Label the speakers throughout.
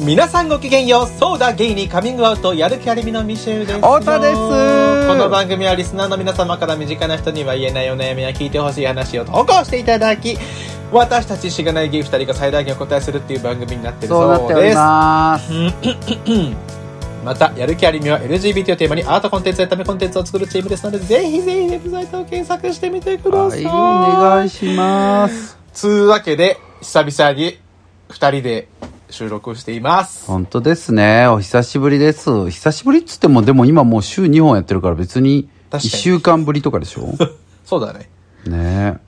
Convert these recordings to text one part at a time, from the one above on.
Speaker 1: 皆さんごきげんようそうだゲイにカミングアウトやる気ありみのミシェルですよ
Speaker 2: 太田です
Speaker 1: この番組はリスナーの皆様から身近な人には言えないお悩みや聞いてほしい話を投稿していただき私たちしがないゲイ2人が最大限お答えするっていう番組になってる
Speaker 2: そうなっ
Speaker 1: そう
Speaker 2: てお
Speaker 1: で
Speaker 2: り
Speaker 1: す
Speaker 2: ます。
Speaker 1: またやる気ありみは LGBT をテーマにアートコンテンツエンタメコンテンツを作るチームですのでぜひぜひウェブサイトを検索してみてくだ
Speaker 2: は
Speaker 1: さ
Speaker 2: い、
Speaker 1: い、
Speaker 2: お願いします。
Speaker 1: つうわけで久々に2人で収録しています
Speaker 2: 本当ですね。お久しぶりです。久しぶりっつっても、でも今もう週2本やってるから別に
Speaker 1: 確かに
Speaker 2: 1週間ぶりとかでしょ
Speaker 1: そうだね
Speaker 2: ね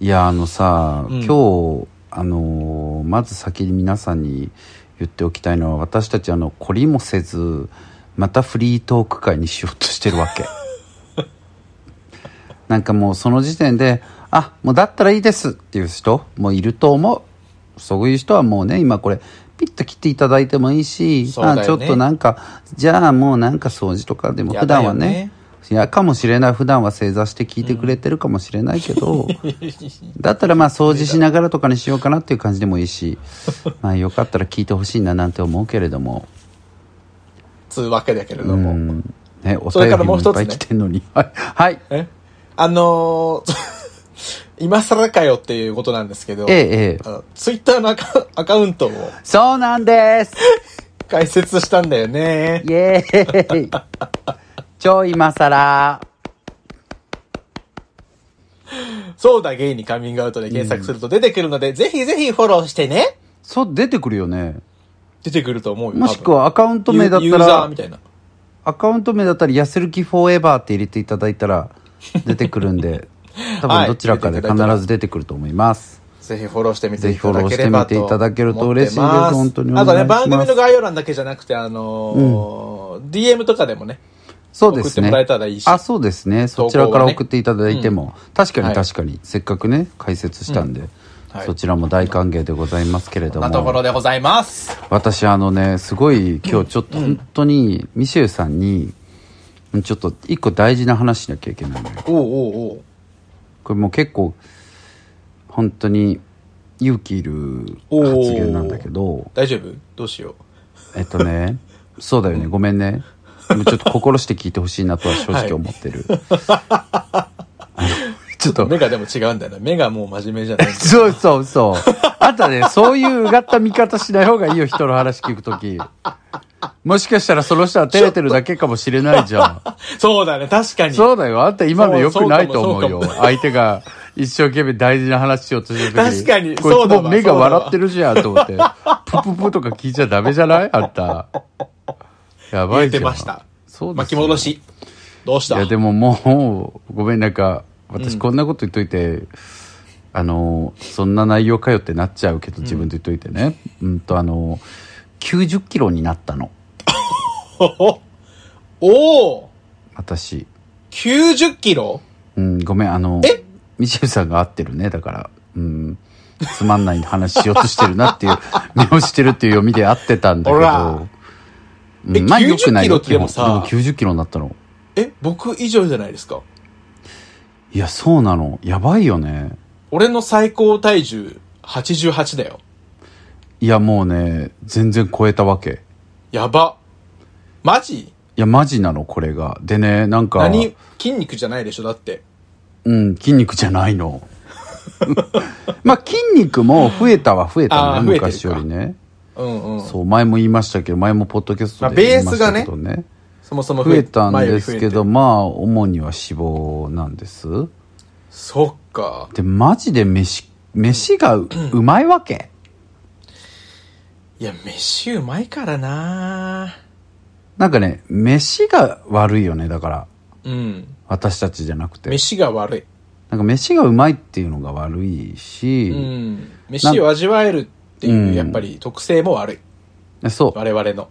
Speaker 2: え。いや、あのさ、
Speaker 1: うん
Speaker 2: 今日、あのーまず先に皆さんに言っておきたいのは、私たちあの、懲りもせず、またフリートーク会にしようとしてるわけ。 なんかもうその時点で、あ、もうだったらいいですっていう人もいると思う。そういう人はもうね、今これ、ピッと切っていただいてもいいし、
Speaker 1: そうだよね
Speaker 2: あちょっとなんか、じゃあもうなんか掃除とかでも
Speaker 1: や
Speaker 2: 普
Speaker 1: だ
Speaker 2: 段
Speaker 1: よ
Speaker 2: は
Speaker 1: ね
Speaker 2: ね、いや、かもしれない。普段は正座して聞いてくれてるかもしれないけど、 だったらまあ掃除しながらとかにしようかなっていう感じでもいいし、まあよかったら聞いてほしいななんて思うけれども、
Speaker 1: つうわけだけれど
Speaker 2: う
Speaker 1: も、
Speaker 2: ん、ね、お
Speaker 1: それから
Speaker 2: 便り
Speaker 1: もう
Speaker 2: もい
Speaker 1: 一
Speaker 2: っ
Speaker 1: つね
Speaker 2: ぱい来てんのに。はい。はい。
Speaker 1: えあのー 今更かよっていうことなんですけど、
Speaker 2: ええ、ええ。
Speaker 1: ツイッターのアカアカウントを
Speaker 2: そうなんです
Speaker 1: 開設したんだよね。
Speaker 2: イエーイ超今更
Speaker 1: そうだ、ゲイにカミングアウトで検索すると出てくるので、ぜひぜひフォローしてね。
Speaker 2: そう、出てくるよね。
Speaker 1: 出てくると思うよ。
Speaker 2: もしくはアカウン
Speaker 1: 多
Speaker 2: ト
Speaker 1: 分、
Speaker 2: 名だっ
Speaker 1: ユー
Speaker 2: た
Speaker 1: ザー
Speaker 2: ら
Speaker 1: み、たいな。
Speaker 2: アカウント名だったら、痩せる気フォーエバーって入れていただいたら、出てくるんで、 多
Speaker 1: はい
Speaker 2: 分どちらかで必ず出てくると思います。
Speaker 1: ぜひフォローしてみて
Speaker 2: ぜ
Speaker 1: い
Speaker 2: ひフォ
Speaker 1: ただ
Speaker 2: ロー
Speaker 1: け
Speaker 2: し
Speaker 1: れ
Speaker 2: て
Speaker 1: ば
Speaker 2: み
Speaker 1: と
Speaker 2: てい
Speaker 1: 思って
Speaker 2: ただけると嬉しいです
Speaker 1: ます
Speaker 2: 本当にお願
Speaker 1: あ
Speaker 2: いしま
Speaker 1: と
Speaker 2: す
Speaker 1: ね、番組の概要欄だけじゃなくて、あのー DM とかでもね、
Speaker 2: そうです
Speaker 1: 送っ
Speaker 2: ね。
Speaker 1: てもらえたらいいし
Speaker 2: あ、そうですね。そちらから送っていただいても、確か
Speaker 1: はい
Speaker 2: に確かに、せっかくね、解説したんで、
Speaker 1: はい
Speaker 2: そちらも大歓迎でございますけれど
Speaker 1: なところ
Speaker 2: も、
Speaker 1: でございます。
Speaker 2: 私あのね、すごい今日ちょっと本当に、ミシェルさんに、ちょっと一個大事な話しなきゃいけないのよ。
Speaker 1: おうおうおう
Speaker 2: これもう結構本当に勇気いる
Speaker 1: おー
Speaker 2: 発言なんだけど
Speaker 1: 大丈夫どうしよう。
Speaker 2: えっとねそうだよねごめんねでもちょっと心して聞いてほしいなとは正直思ってる、あのちょっと
Speaker 1: 目がでも違うんだよな。目がもう真面目じゃない。
Speaker 2: そうそうそうあんたねそういううがった見方しない方がいいよ人の話聞くときもしかしたらその人は照れてるだけかもしれないじゃん
Speaker 1: そうだね、確かに。
Speaker 2: そうだよあんた今のよくないと思う
Speaker 1: そう
Speaker 2: よ
Speaker 1: そうかもそう
Speaker 2: 相手が一生懸命大事な話しようとしてる時
Speaker 1: 確かに
Speaker 2: こい
Speaker 1: そ
Speaker 2: つ
Speaker 1: うだ
Speaker 2: も
Speaker 1: わ
Speaker 2: う目が笑ってるじゃんと思ってプププとか聞いちゃダメじゃないあんたやば
Speaker 1: 言え
Speaker 2: い
Speaker 1: て
Speaker 2: じゃん
Speaker 1: ました。
Speaker 2: そうで
Speaker 1: 巻
Speaker 2: す
Speaker 1: き
Speaker 2: よ
Speaker 1: 戻し。どうし
Speaker 2: い
Speaker 1: た
Speaker 2: やでももうごめんなんか私こんなこと言っといて、あのそんな内容かよってなっちゃうけど自分で言っといてねうん、とあの90キロになったの
Speaker 1: おおー
Speaker 2: 私
Speaker 1: !90 キロ
Speaker 2: うん、ごめん、あの
Speaker 1: え、
Speaker 2: ミシェルさんが合ってるね、だから、うん、つまんない話しようとしてるなっ ていう、目をしてるっていう読みで合ってたんだけ
Speaker 1: ほら
Speaker 2: ど、
Speaker 1: え
Speaker 2: うん、まあ良くないよ
Speaker 1: 90キロってでも
Speaker 2: 基
Speaker 1: さ
Speaker 2: 本でも90キロになったの。
Speaker 1: え、僕以上じゃないですか
Speaker 2: いや、そうなの。やばいよね。
Speaker 1: 俺の最高体重88だよ。
Speaker 2: いや、もうね、全然超えたわけ。
Speaker 1: やば。マジ
Speaker 2: いや、マジなの、これが。でね、なんか、
Speaker 1: 何筋肉じゃないでしょだって。
Speaker 2: うん、筋肉じゃないの。 まあ、筋肉も増えたは増えた
Speaker 1: あー
Speaker 2: ね、
Speaker 1: 増えてるか
Speaker 2: 昔よりね。
Speaker 1: うんうん。
Speaker 2: そう、前も言いましたけど、前もポッドキャストで言いましたけどね
Speaker 1: そもそも
Speaker 2: 増えたんですけ。
Speaker 1: 前より増え
Speaker 2: ど
Speaker 1: て
Speaker 2: まあ主には脂肪なんです
Speaker 1: そっか。
Speaker 2: でマジで飯飯がう,、まいわけ
Speaker 1: いや、飯うまいからな
Speaker 2: なんかね飯が悪いよねだから
Speaker 1: うん。
Speaker 2: 私たちじゃなくて
Speaker 1: 飯が悪い。
Speaker 2: なんか飯がうまいっていうのが悪いし、
Speaker 1: うん、飯を味わえるっていうう、
Speaker 2: ん
Speaker 1: やっぱり特性も悪い。
Speaker 2: そ
Speaker 1: 我々の。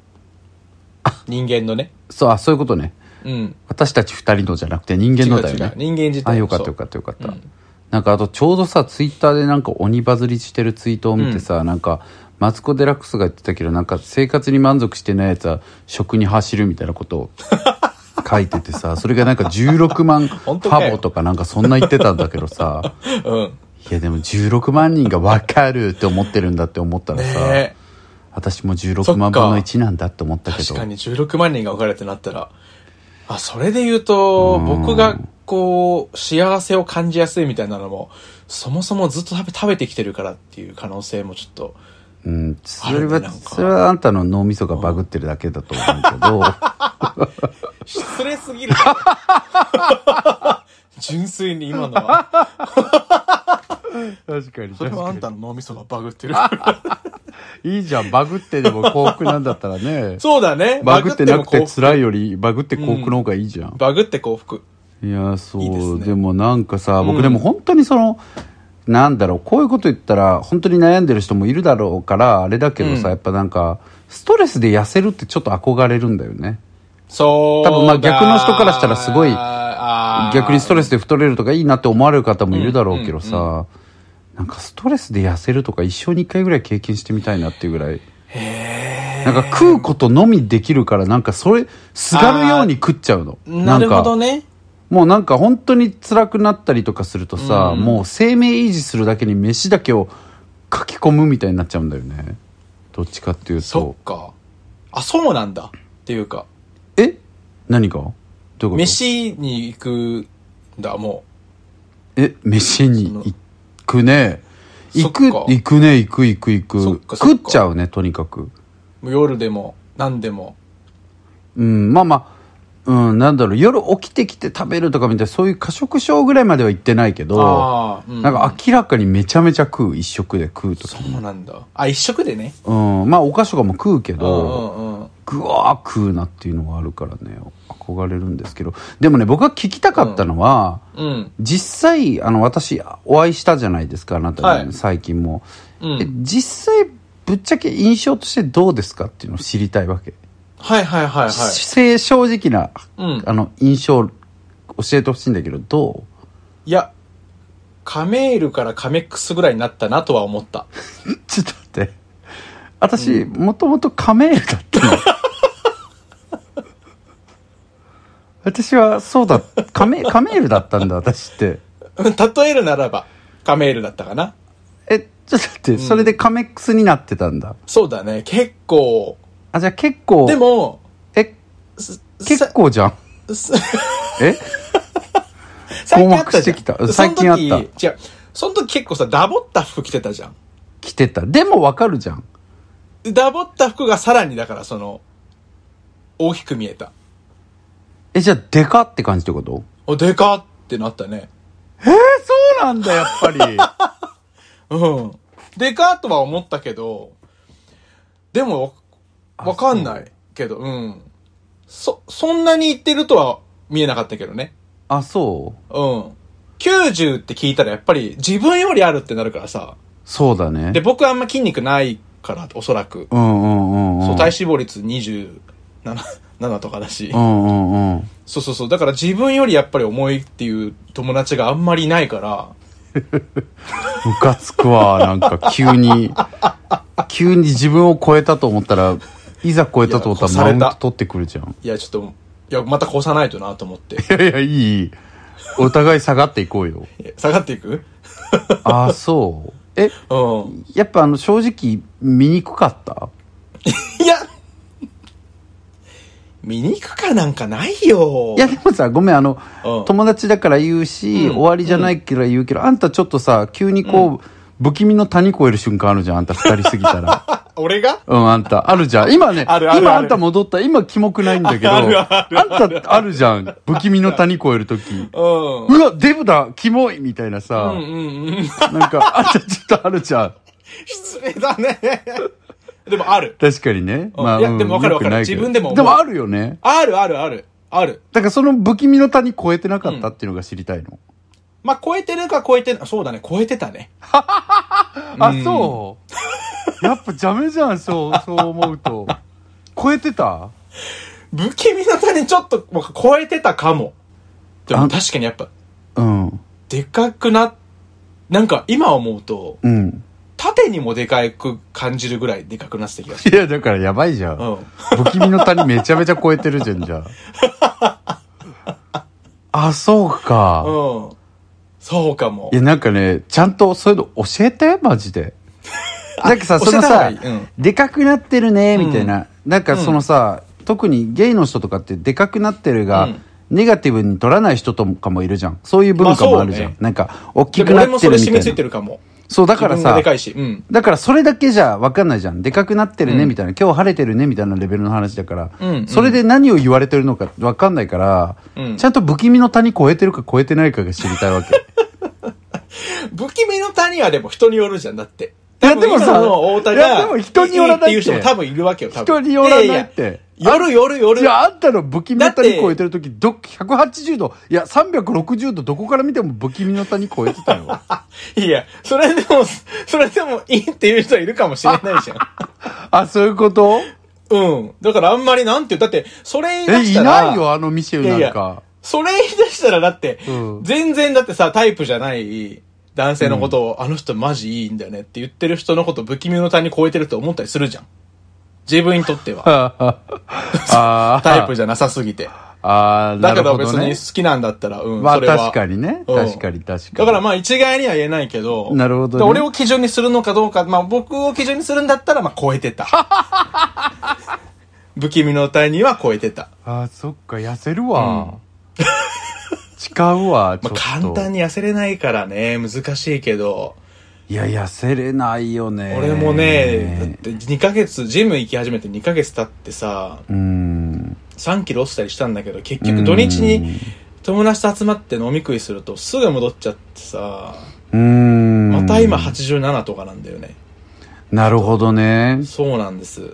Speaker 1: 人間のね。
Speaker 2: うそうあそういうことね
Speaker 1: うん。
Speaker 2: 私たち二人のじゃなくて人間のだよ
Speaker 1: 違う違
Speaker 2: ね
Speaker 1: う人間自体
Speaker 2: あ
Speaker 1: も
Speaker 2: よかった
Speaker 1: そう
Speaker 2: よかったよかった、
Speaker 1: うん
Speaker 2: なんかあとちょうどさツイッターでなんか鬼バズりしてるツイートを見てさ、なんかマツコ・デラックスが言ってたけどなんか生活に満足してないやつは食に走るみたいなこと を書いててさそれがなんか16万
Speaker 1: 本当かよ
Speaker 2: ハボとかなんかそんな言ってたんだけどさ
Speaker 1: うん。
Speaker 2: いやでも16万人が分かるって思ってるんだって思ったらさ、
Speaker 1: ねえ。
Speaker 2: 私も16万分の1なんだって思ったけど
Speaker 1: 確かに16万人が分かれてなったら。あ、それで言うと、
Speaker 2: うん
Speaker 1: 僕がこう、幸せを感じやすいみたいなのも、そもそもずっと食べ食べてきてるからっていう可能性もちょっと。
Speaker 2: うん、それ
Speaker 1: あるね
Speaker 2: は
Speaker 1: なんか
Speaker 2: それはあんたの脳みそがバグってるだけだと思うけ ど
Speaker 1: 失礼すぎるな 純粋に今のは。
Speaker 2: 確かに
Speaker 1: それはあんたの脳みそがバグってる。
Speaker 2: いいじゃんバグってでも幸福なんだったらね
Speaker 1: そうだね。
Speaker 2: バグってなくて
Speaker 1: も幸福
Speaker 2: 辛いよりバグって幸福の方がいいじゃん、
Speaker 1: バグって幸福。
Speaker 2: いやそう
Speaker 1: いいですね
Speaker 2: でもなんかさ
Speaker 1: うん
Speaker 2: 僕でも本当にその、なんだろうこういうこと言ったら本当に悩んでる人もいるだろうからあれだけどさ、
Speaker 1: うん
Speaker 2: やっぱなんかストレスで痩せるってちょっと憧れるんだよね
Speaker 1: そうだ。
Speaker 2: 多分まあ逆の人からしたらすごい
Speaker 1: あー
Speaker 2: 逆にストレスで太れるとかいいなって思われる方もいるだろうけどさ、
Speaker 1: うんう
Speaker 2: なんかストレスで痩せるとか一生に一回ぐらい経験してみたいなっていうぐらい
Speaker 1: へ
Speaker 2: なんか食うことのみできるからなんかそれすがるように食っちゃうの
Speaker 1: ーなるほどね。
Speaker 2: もうなんか本当に辛くなったりとかするとさ、
Speaker 1: うん
Speaker 2: もう生命維持するだけに飯だけを書き込むみたいになっちゃうんだよねどっちかっていう
Speaker 1: そ
Speaker 2: と
Speaker 1: っか。あ、そうなんだ。っていうか、
Speaker 2: え何がどういうこと
Speaker 1: 飯に行くんだ、も
Speaker 2: え飯に行くね
Speaker 1: そ
Speaker 2: 行
Speaker 1: っか
Speaker 2: く行くね行く行く行
Speaker 1: そっ
Speaker 2: く
Speaker 1: かそっ
Speaker 2: 食
Speaker 1: か
Speaker 2: っちゃうねとにかく
Speaker 1: う。もう夜でも、何でも。
Speaker 2: うんまあまあうん、なんだろう夜起きてきて食べるとかみたいなそういう過食症ぐらいまでは行ってないけど、
Speaker 1: ああ、う
Speaker 2: なんか明らかにめちゃめちゃ食う一食で食うとか
Speaker 1: そうなんだ。あ、一食でね。
Speaker 2: うん、まあお菓子とかも食うけ
Speaker 1: う
Speaker 2: ど、
Speaker 1: んうんうん。
Speaker 2: ぐわー食うなっていうのがあるからね憧れるんですけどでもね僕が聞きたかったのは、
Speaker 1: うん。
Speaker 2: 実際あの私お会いしたじゃないですかあなたに、
Speaker 1: はい
Speaker 2: 最近も、
Speaker 1: うん
Speaker 2: え実際ぶっちゃけ印象としてどうですかっていうのを知りたいわけ、
Speaker 1: はいはいはいはい。
Speaker 2: 正正直な、
Speaker 1: うん
Speaker 2: あの印象教えてほしいんだけどどう
Speaker 1: いや、カメールからカメックスぐらいになったなとは思った。
Speaker 2: ちょっと待って私もともとカメールだったの 私はそうだ カメカメールだったんだ私って
Speaker 1: うん例えるならば、カメールだったかな。
Speaker 2: えちょっと待って、それでカメックスになってたんだ
Speaker 1: そうだね、結構。
Speaker 2: あじゃあ結構
Speaker 1: でも、
Speaker 2: え
Speaker 1: す
Speaker 2: 結構じゃん
Speaker 1: さす
Speaker 2: え
Speaker 1: 最近あった
Speaker 2: 困惑し
Speaker 1: じ
Speaker 2: て
Speaker 1: ゃん
Speaker 2: きた最近あった
Speaker 1: その時違う。その時結構さ、ダボった服着てたじゃん。
Speaker 2: 来てたでもわかるじゃん
Speaker 1: ダボった服がさらにだからその、大きく見えた。
Speaker 2: えじゃあでかって感じってこと
Speaker 1: お、でかってなったね。
Speaker 2: えそうなんだやっぱり
Speaker 1: うん。でかとは思ったけど、でも、わかんないけど、うん。そ、そんなに言ってるとは見えなかったけどね。
Speaker 2: あそう
Speaker 1: うん。90って聞いたらやっぱり自分よりあるってなるからさ。
Speaker 2: そうだね
Speaker 1: で、僕はあんま筋肉ないから、おそらく。
Speaker 2: うんうんうんうん
Speaker 1: そう、体脂肪率27、7とかだし
Speaker 2: う。んうんうん
Speaker 1: そうそうそう。だから自分よりやっぱり重いっていう友達があんまりいないから。
Speaker 2: ムカつくわなんか急 に急に自分を超えたと思ったらいざ超えたと思ったら
Speaker 1: いや越
Speaker 2: マウ
Speaker 1: され
Speaker 2: ン
Speaker 1: た
Speaker 2: ト取ってくるじゃん
Speaker 1: いや、ちょっと、いや、また越さないとなと思って。
Speaker 2: いやいやいいいいお互い下がっていこうよ
Speaker 1: え下がっていく
Speaker 2: あそうえ
Speaker 1: うん。
Speaker 2: やっぱあの正直見にくかった
Speaker 1: いや、見に行くかなんかないよ。
Speaker 2: いや、でもさごめんあの、
Speaker 1: うん
Speaker 2: 友達だから言うし、
Speaker 1: うん
Speaker 2: 終わりじゃないから言うけど、あんたちょっとさ急にこう、不気味の谷越える瞬間あるじゃんあんた二人過ぎ たら
Speaker 1: 俺が
Speaker 2: うんあんたあるじゃん今ね
Speaker 1: あるある
Speaker 2: 今
Speaker 1: あ
Speaker 2: あ
Speaker 1: る
Speaker 2: んた戻った今キモくないんだけど
Speaker 1: あるあ
Speaker 2: あんたあるじゃん不気味の谷越える時
Speaker 1: うん。うん
Speaker 2: うわデブだキモいみたいなさ、
Speaker 1: うんうん。
Speaker 2: なんかあんたちょっとあるじゃん
Speaker 1: 失礼だね。でもある。
Speaker 2: 確かにね、
Speaker 1: うんいやでもわかるわかる
Speaker 2: よくないけ
Speaker 1: 自
Speaker 2: ど
Speaker 1: 分でも思う
Speaker 2: でもあるよね
Speaker 1: あるあるある。ある。
Speaker 2: だからその不気味の谷越えてなかったっていうのが知りたいの、
Speaker 1: まあ、超えてるか超えてなそうだね、超えてたね。
Speaker 2: あ、そう。やっぱダメじゃん、 そう、そう思うと。超えてた
Speaker 1: 不気味な谷ちょっと、僕超えてたかも。でも
Speaker 2: あ
Speaker 1: 確かにやっぱ、
Speaker 2: うん。
Speaker 1: でかくな、なんか今思うと、
Speaker 2: うん。
Speaker 1: 縦にもでかく感じるぐらいでかくなってた気がす
Speaker 2: いや、だからやばいじゃん。
Speaker 1: る。うん。
Speaker 2: 不気味の谷めちゃめちゃ超えてるじゃん、じゃ あ。あ、そうか。
Speaker 1: うん。そうかも
Speaker 2: い。や、なんかね、ちゃんとそういうの教えて、マジで。だってさ、
Speaker 1: 教え
Speaker 2: その
Speaker 1: た方が
Speaker 2: さ
Speaker 1: いいうん、
Speaker 2: でかくなってるね、みたいな。なんかそのさ、特にゲイの人とかってでかくなってる
Speaker 1: う
Speaker 2: が
Speaker 1: ん、
Speaker 2: ネガティブに取らない人とかもいるじゃん。そういう文化もあるじゃ
Speaker 1: まあそうんね。
Speaker 2: なんか、大き
Speaker 1: で
Speaker 2: く
Speaker 1: も
Speaker 2: な
Speaker 1: 俺
Speaker 2: っ
Speaker 1: も
Speaker 2: て
Speaker 1: そ
Speaker 2: る
Speaker 1: れ
Speaker 2: み
Speaker 1: 染み
Speaker 2: た
Speaker 1: つい
Speaker 2: い
Speaker 1: て
Speaker 2: な。
Speaker 1: るかも。
Speaker 2: そう、だから
Speaker 1: 自分が
Speaker 2: さ
Speaker 1: で、かいし。うん。
Speaker 2: だからそれだけじゃ分かんないじゃん。でかくなってるね、
Speaker 1: うん
Speaker 2: みたいな。今日晴れてるね、みたいなレベルの話だから。
Speaker 1: うんうん
Speaker 2: それで何を言われてるのか分かんないから、
Speaker 1: うん
Speaker 2: ちゃんと不気味の谷超えてるか超えてないかが知りたいわけ。
Speaker 1: 不気味の谷はでも人によるじゃん、だって。
Speaker 2: いやでも
Speaker 1: 多分
Speaker 2: さ
Speaker 1: 今の太田
Speaker 2: いやでも
Speaker 1: が、
Speaker 2: 人によらないって
Speaker 1: いいっていう人も多分いるわけよ、多分。
Speaker 2: 人によらないって
Speaker 1: ややよるよるよる。
Speaker 2: いや、あんたの不気味
Speaker 1: だ
Speaker 2: の
Speaker 1: っ
Speaker 2: 谷
Speaker 1: て
Speaker 2: 超えてる時、ど、180度、いや、360度、どこから見ても不気味の谷超えてた よ。
Speaker 1: いや、それでも、それでもいいっていう人いるかもしれないじゃん。
Speaker 2: あ、そういうこと
Speaker 1: うん。だからあんまりなんていう、だって、それ言い出
Speaker 2: え、
Speaker 1: し
Speaker 2: い
Speaker 1: たら。
Speaker 2: ないよ、あのミシェルなんか。
Speaker 1: それ言い出したらだって、
Speaker 2: うん
Speaker 1: 全然だってさ、タイプじゃない男性のことを、あの人マジいいんだよねって言ってる人のこと不気味の谷超えてると思ったりするじゃん。自分にとっては。
Speaker 2: あ あ、
Speaker 1: タイプじゃなさすぎて。
Speaker 2: ああ、な
Speaker 1: だけ
Speaker 2: る
Speaker 1: ど
Speaker 2: ほ
Speaker 1: 別
Speaker 2: ど
Speaker 1: に
Speaker 2: ね。
Speaker 1: 好きなんだったら、うん、
Speaker 2: ま
Speaker 1: そ
Speaker 2: あ
Speaker 1: れは。
Speaker 2: 確かにね。
Speaker 1: うん
Speaker 2: 確かに確か
Speaker 1: だ
Speaker 2: に。
Speaker 1: からまあ一概には言えないけど。
Speaker 2: なるほどね
Speaker 1: で俺を基準にするのかどうか、まあ僕を基準にするんだったら、まあ超えて た。不気味の谷は超えてた。
Speaker 2: あーそっか痩せる わ、誓うわちょ
Speaker 1: ま
Speaker 2: っ
Speaker 1: あ
Speaker 2: と、
Speaker 1: 簡単に痩せれないからね、難しいけど。
Speaker 2: いや痩せれないよね
Speaker 1: 俺もね、だって2ヶ月、ジム行き始めて2ヶ月経ってさ、
Speaker 2: うん
Speaker 1: 3キロ落ちたりしたんだけど、結局土日に友達と集まって飲み食いするとすぐ戻っちゃってさ、
Speaker 2: うん
Speaker 1: また今87とかなんだよね。
Speaker 2: なるほどね
Speaker 1: そうなんです。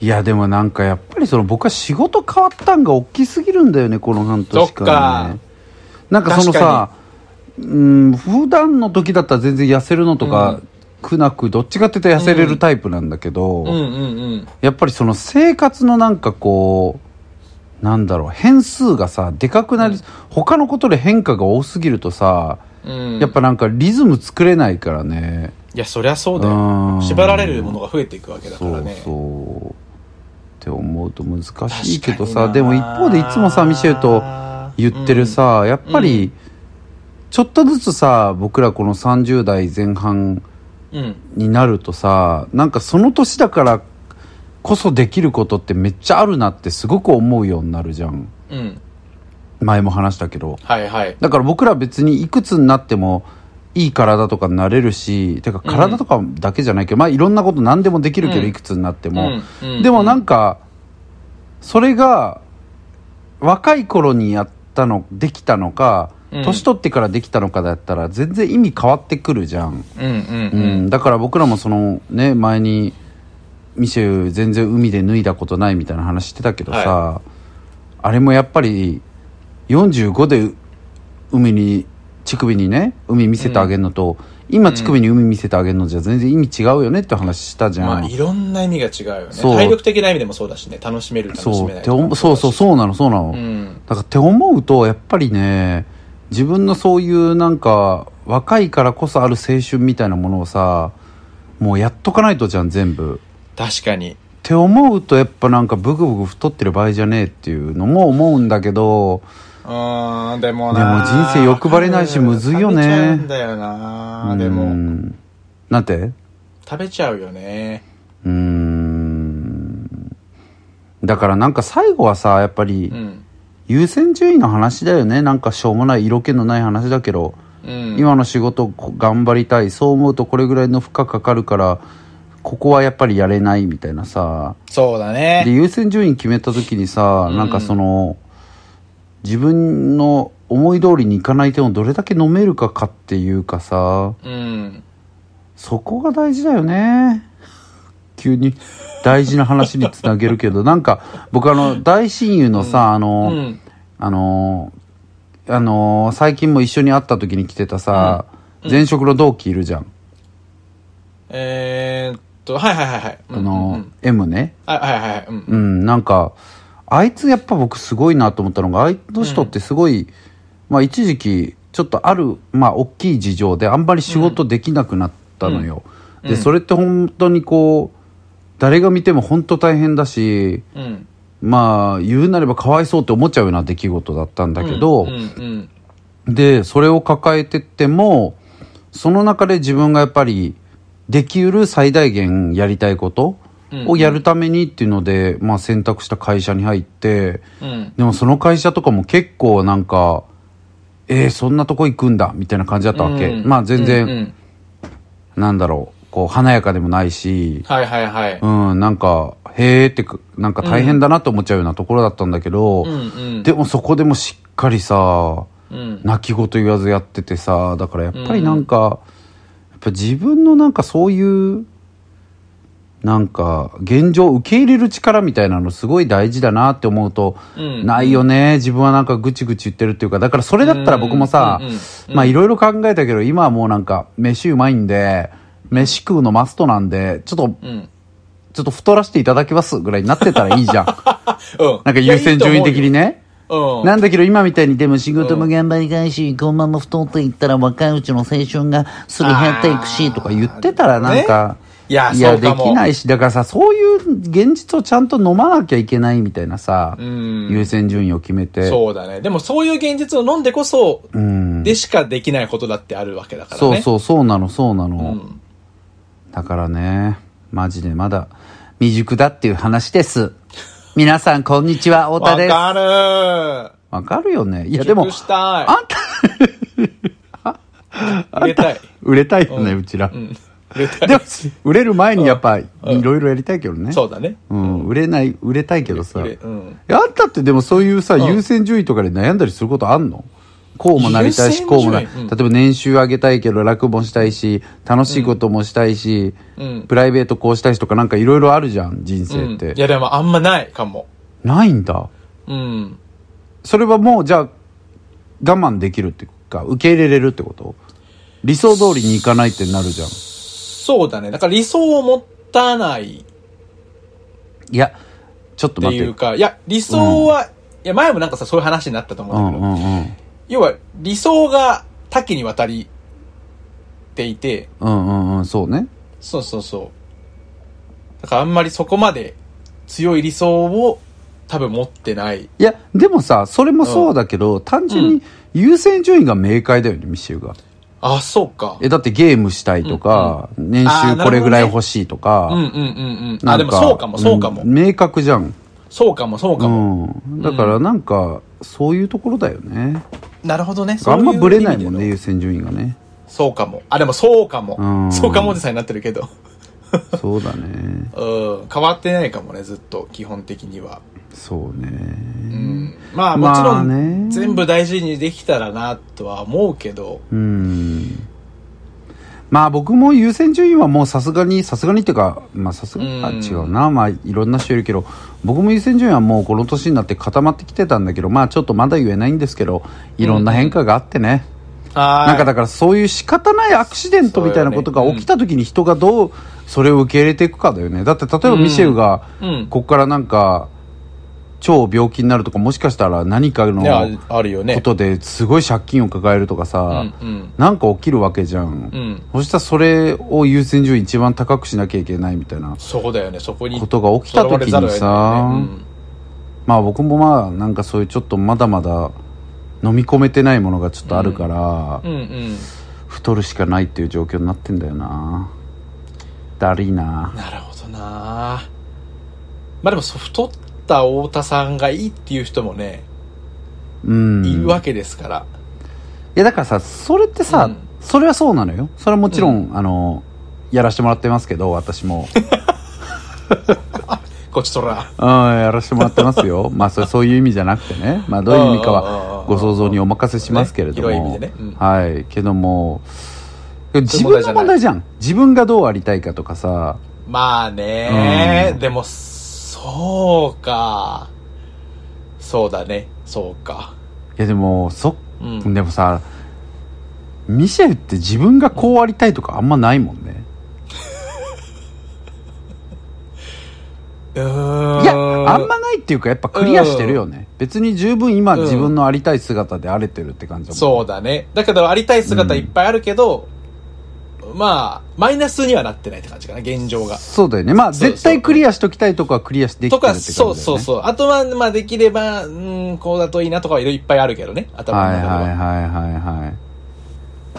Speaker 2: いやでもなんかやっぱりその僕は仕事変わったんが大きすぎるんだよねこの半年間、ね、
Speaker 1: そっか
Speaker 2: なんかそのさうん普段の時だったら全然痩せるのとか、
Speaker 1: うん
Speaker 2: 苦なくどっちかって言ったら痩せれるタイプなんだけど、
Speaker 1: うんうんうん。
Speaker 2: やっぱりその生活のなんかこうなんだろう変数がさでかくなり、他のことで変化が多すぎるとさ、
Speaker 1: うん、
Speaker 2: やっぱなんかリズム作れないからね
Speaker 1: いやそりゃそうだ
Speaker 2: うん
Speaker 1: よ縛られるものが増えていくわけだか
Speaker 2: そ
Speaker 1: ら
Speaker 2: う
Speaker 1: ね
Speaker 2: そうって思うと難しいけど
Speaker 1: 確かに
Speaker 2: さ
Speaker 1: な
Speaker 2: でも一方でいつもさミシェルと言ってるさ、やっぱりちょっとずつさ僕らこの30代前半
Speaker 1: うん、うん
Speaker 2: になるとさなんかその年だからこそできることってめっちゃあるなってすごく思うようになるじゃん
Speaker 1: うん
Speaker 2: 前も話したけど
Speaker 1: はいはい
Speaker 2: だから僕ら別にいくつになってもいい体とかになれるしてか体とかだけじゃないけど、まあいろんなこと何でもできるけど
Speaker 1: うん
Speaker 2: いくつになっても、
Speaker 1: うんうん
Speaker 2: でもなんかそれが若い頃にやったのできたのか
Speaker 1: うん
Speaker 2: 年取ってからできたのかだったら全然意味変わってくるじゃん、
Speaker 1: うんうん
Speaker 2: うんだから僕らもそのね前にミシェル全然海で脱いだことないみたいな話してたけどさ、
Speaker 1: は
Speaker 2: あれもやっぱり45で海に乳首にね海見せてあげるのと、今乳首に海見せてあげるのじゃ全然意味違うよねって話したじゃん、
Speaker 1: まあいろんな意味が違うよね
Speaker 2: そう
Speaker 1: 体力的な意味でもそうだしね楽しめる楽し
Speaker 2: そう
Speaker 1: めない
Speaker 2: ておそうそう
Speaker 1: う
Speaker 2: そうなのそうなの、
Speaker 1: うん
Speaker 2: だからって思うとやっぱりね自分のそういうなんか若いからこそある青春みたいなものをさもうやっとかないとじゃん全部。
Speaker 1: 確かに
Speaker 2: って思うとやっぱなんかブクブク太ってる場合じゃねえっていうのも思うんだけど
Speaker 1: うーんでも
Speaker 2: でも
Speaker 1: な
Speaker 2: 人生欲張れないしむずいよね
Speaker 1: 食べちゃうんだよなで
Speaker 2: う
Speaker 1: も
Speaker 2: んなんて
Speaker 1: 食べちゃうよね
Speaker 2: うーんだからなんか最後はさやっぱり
Speaker 1: うん
Speaker 2: 優先順位の話だよねなんかしょうもない色気のない話だけど、
Speaker 1: うん
Speaker 2: 今の仕事こ頑張りたいそう思うとこれぐらいの負荷かかるからここはやっぱりやれないみたいなさ
Speaker 1: そうだ
Speaker 2: で
Speaker 1: ね
Speaker 2: 優先順位決めた時にさ、
Speaker 1: ん
Speaker 2: なんかその自分の思い通りにいかない手をどれだけ飲めるかかっていうかさ
Speaker 1: うん
Speaker 2: そこが大事だよね急に大事な話につなげる けどなんか僕あの大親友のさ、あ
Speaker 1: う
Speaker 2: の、
Speaker 1: ん
Speaker 2: あのあの最近も一緒に会った時に来てたさ、前職の同期いるじゃん、
Speaker 1: えーっとはいはいはいはいうん
Speaker 2: あの、
Speaker 1: うんうん
Speaker 2: M ね
Speaker 1: あはいはいはいうん
Speaker 2: うん、なんか、あいつやっぱ僕すごいなと思ったのが、あいつの人ってすごい、まあ一時期、ちょっとある、まあ大きい事情であんまり仕事できなくなったのよ。で、それって本当にこう、誰が見ても本当大変だし、
Speaker 1: うん
Speaker 2: まあ言うなればかわいそうって思っちゃうような出来事だったんだけど、
Speaker 1: うんうん
Speaker 2: でそれを抱えてってもその中で自分がやっぱりできうる最大限やりたいこと
Speaker 1: うん
Speaker 2: をやるためにっていうので、まあ選択した会社に入って、
Speaker 1: うん。
Speaker 2: でもその会社とかも結構なんか、えー、そんなとこ行くんだみたいな感じだったわけ。
Speaker 1: うん
Speaker 2: まあ全然、
Speaker 1: うんうん
Speaker 2: なんだろう、こう華やかでもないし、
Speaker 1: はいはいはい。
Speaker 2: うん、なんか、へーってく、なんか大変だなと思っちゃうようなところだったんだけど、
Speaker 1: うんうん。
Speaker 2: でもそこでもしっかりさ、
Speaker 1: うん。
Speaker 2: 泣き言言わずやっててさ、だからやっぱりなんか、やっぱ自分のなんかそういう、なんか現状を受け入れる力みたいなのすごい大事だなって思うと、
Speaker 1: うん
Speaker 2: ないよね自分はなんかぐちぐち言ってるっていうかだからそれだったら僕もさ、
Speaker 1: うんうんうん
Speaker 2: まあいろいろ考えたけど今はもうなんか飯うまいんで飯食うのマストなんでちょっと、
Speaker 1: うん。
Speaker 2: ちょっと太らせていただきますぐらいになってたらい いじゃん
Speaker 1: うん。
Speaker 2: なんか優先順位的に
Speaker 1: ね。
Speaker 2: ね
Speaker 1: うん。
Speaker 2: なんだけど今みたいにでも仕事
Speaker 3: で
Speaker 2: も
Speaker 3: も頑張り返し、このまま太っていったら若いうちの青春がすぐ減っていくし、と
Speaker 2: と
Speaker 3: か
Speaker 2: か言ってたらなんか、
Speaker 1: いや
Speaker 2: いや
Speaker 1: そう
Speaker 2: で
Speaker 1: かも
Speaker 2: きないしだからさそういう現実をちゃんと飲まなきゃいけないみたいなさ、
Speaker 1: ん
Speaker 2: 優先順位を決めて
Speaker 1: そうだね。でもそういう現実を飲んでこそ、
Speaker 2: うん
Speaker 1: でしかできないことだってあるわけだからね。
Speaker 2: そうそうそうなのそうなの、
Speaker 1: ん
Speaker 2: だからねマジでまだ未熟だっていう話です皆さんこんにちは太田
Speaker 1: わ
Speaker 2: です
Speaker 1: かる
Speaker 2: わかるよねいやでも
Speaker 1: 熟したい
Speaker 2: あんた
Speaker 1: 入れたい。
Speaker 2: 売れたいよね、うちら、
Speaker 1: うん。入れたい。
Speaker 2: でも売れる前にやっぱいろいろやりたいけどね、
Speaker 1: そうだね。
Speaker 2: うん、売れない売れたいけどさ、
Speaker 1: 売れうん
Speaker 2: えあんたってでもそういうさ、優先順位とかで悩んだりすることあんのこうもなりたいし
Speaker 1: 優先順位
Speaker 2: こうもな、
Speaker 1: うん
Speaker 2: 例えば年収上げたいけど落語もしたいし楽しいこともしたいし、
Speaker 1: うん
Speaker 2: プライベートこうしたいしとかなんかいろいろあるじゃん人
Speaker 1: うん
Speaker 2: 生って、
Speaker 1: いやでもあんまないかも。
Speaker 2: ないんだ
Speaker 1: うん。
Speaker 2: それはもうじゃあ我慢できるっていうか受け入れれるってこと理想通りにいかないってなるじゃん
Speaker 1: そうだね。だから理想を持たない
Speaker 2: いやちょっと
Speaker 1: って
Speaker 2: 待
Speaker 1: い
Speaker 2: って
Speaker 1: うか、いや、理想は、いや、前もなんかさ、そういう話になったと思
Speaker 2: う
Speaker 1: うんだ
Speaker 2: ん
Speaker 1: け
Speaker 2: う
Speaker 1: ど、
Speaker 2: んうん
Speaker 1: 要は、理想が多岐にわたりっていて、
Speaker 2: うんうんうんそうね
Speaker 1: そうそうそう。だからあんまりそこまで強い理想を多分持ってない。
Speaker 2: いやでもさそれもそうだけど、単純に優先順位が明快だよねミシェルが
Speaker 1: あ、そうか。
Speaker 2: えだってゲームしたいとか、年収これぐらい欲しいとか、
Speaker 1: うんうんうんうん。
Speaker 2: な
Speaker 1: あ、
Speaker 2: ん
Speaker 1: でもそうかも、そうかも。
Speaker 2: ん明確じゃん、
Speaker 1: そうかも、そうか
Speaker 2: う
Speaker 1: も。
Speaker 2: ん、だからなんかそういうところだよね、
Speaker 1: なるほどね。
Speaker 2: あんまブレない
Speaker 1: そうう意
Speaker 2: もん
Speaker 1: 味で
Speaker 2: ね
Speaker 1: の。
Speaker 2: 優先順位がね
Speaker 1: そうかも。あ、でもそうか
Speaker 2: うん
Speaker 1: も。そうかもおじさんになってるけど。
Speaker 2: そうだね
Speaker 1: うん。変わってないかもね、ずっと、基本的には。
Speaker 2: そう
Speaker 1: う
Speaker 2: ね
Speaker 1: ん。まあ、もちろ
Speaker 2: まあね
Speaker 1: ん、全部大事にできたらな、とは思うけど。
Speaker 2: うんまあ僕も優先順位はもうさすがにさすがにっていうかまあさすがにあ
Speaker 1: うん
Speaker 2: 違うなまあいろんな人いるけど僕も優先順位はもうこの年になって固まってきてたんだけどまあちょっとまだ言えないんですけどいろんな変化があってね、
Speaker 1: はーい。
Speaker 2: なんかだからそういう仕方ないアクシデントみたいなことが起きた時に人がどうそれを受け入れていくかだよねだって例えばミシェルが
Speaker 1: うん
Speaker 2: ここからなんか超病気になるとかもしかしたら何かの
Speaker 1: いや、あるよね
Speaker 2: こ。とですごい借金を抱えるとか
Speaker 1: う
Speaker 2: さ
Speaker 1: ん、うん。
Speaker 2: なんか起きるわけじゃん、
Speaker 1: うん。
Speaker 2: そしたらそれを優先順位一番高くしなきゃいけないみたいな
Speaker 1: そこだよね、そこに。
Speaker 2: ことが起きた時に
Speaker 1: とらわ
Speaker 2: さ
Speaker 1: れざるを得ないよね
Speaker 2: まあ僕もまあなんかそういうちょっとまだまだ飲み込めてないものがちょっとあるから、
Speaker 1: うんうんうん。
Speaker 2: 太るしかないっていう状況になってんだよなだりーな
Speaker 1: なるほどなまあでもそう太った太田さんがいいっていう人もね、
Speaker 2: うん
Speaker 1: いる
Speaker 2: い
Speaker 1: わけですから
Speaker 2: やだからさそれってさ、
Speaker 1: うん
Speaker 2: それはそうなのよそれはもちろん、あのやらしてもらってますけど私も
Speaker 1: こっちとら
Speaker 2: うんやらしてもらってま すよまあそれそういう意味じゃなくてねまあどういう意味か
Speaker 1: うんうんうんう
Speaker 2: は
Speaker 1: ん
Speaker 2: ご想像にお任せしますけれども、
Speaker 1: ね広い意味でねうん
Speaker 2: はいけども自分の問題じゃん自分がどうありたいかとかさ
Speaker 1: まあね、
Speaker 2: うん
Speaker 1: でもそうかそうだねそうか
Speaker 2: いやでもそっ
Speaker 1: うん、
Speaker 2: でもさミシェルって自分がこうありたいとかあんまないもんね
Speaker 1: うーん
Speaker 2: いやあんまないっていうかやっぱクリアしてるよね別に十分今自分のありたい姿で荒れてるって感じだもん
Speaker 1: そうだねだけどありたい姿いっぱいあるけど、まあマイナスにはなってないって感じかな現状が
Speaker 2: そうだよねまあ
Speaker 1: そうそう
Speaker 2: 絶対クリアしときたいとこはクリアしてで
Speaker 1: と
Speaker 2: きてるっ
Speaker 1: か、
Speaker 2: て感じだ
Speaker 1: そ
Speaker 2: よ
Speaker 1: う
Speaker 2: ね
Speaker 1: そうそう。あとは、まあ、できれば、うん、こうだといいなとかはいろいっぱいあるけどね。頭の
Speaker 2: はい
Speaker 1: 中
Speaker 2: は
Speaker 1: では。
Speaker 2: いはいはいは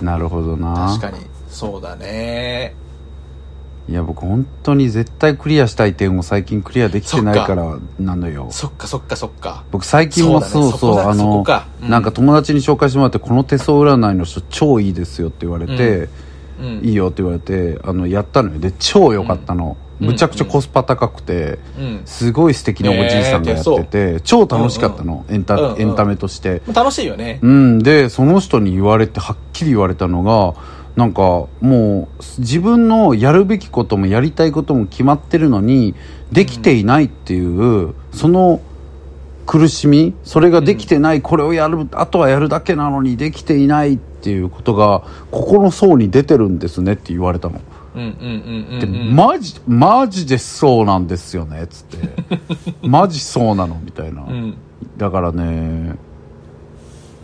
Speaker 2: いなるほどな
Speaker 1: 確かに。そうだね。
Speaker 2: いや僕本当に絶対クリアしたい点を最近クリアできてない
Speaker 1: そっか
Speaker 2: からなのよ
Speaker 1: そっかそっかそっか。
Speaker 2: 僕最近も
Speaker 1: そ
Speaker 2: そう
Speaker 1: だねそこだ
Speaker 2: うそうあ
Speaker 1: そこ
Speaker 2: の
Speaker 1: かうん
Speaker 2: なんか友達に紹介してもらってこの手相占いの人超いいですよって言われて、
Speaker 1: うん
Speaker 2: いいよって言われてあのやったのよで超良かったの、
Speaker 1: うん
Speaker 2: むちゃくちゃコスパ高くて、
Speaker 1: うん
Speaker 2: すごい素敵なおじいさんがやってて、超楽しかったの、エンタ
Speaker 1: うんうん
Speaker 2: エンタメとして、
Speaker 1: 楽しいよね。
Speaker 2: うん、でその人に言われてはっきり言われたのがなんかもう自分のやるべきこともやりたいことも決まってるのにできていないっていう、その苦しみそれができてない、これをやるあとはやるだけなのにできていないっていうことがここの層に出てるんですねって言われたの。
Speaker 1: うんうんうん
Speaker 2: で
Speaker 1: うんうん。
Speaker 2: マジマジでそうなんですよねっつって マジそうなのみたいな、
Speaker 1: うん。
Speaker 2: だからね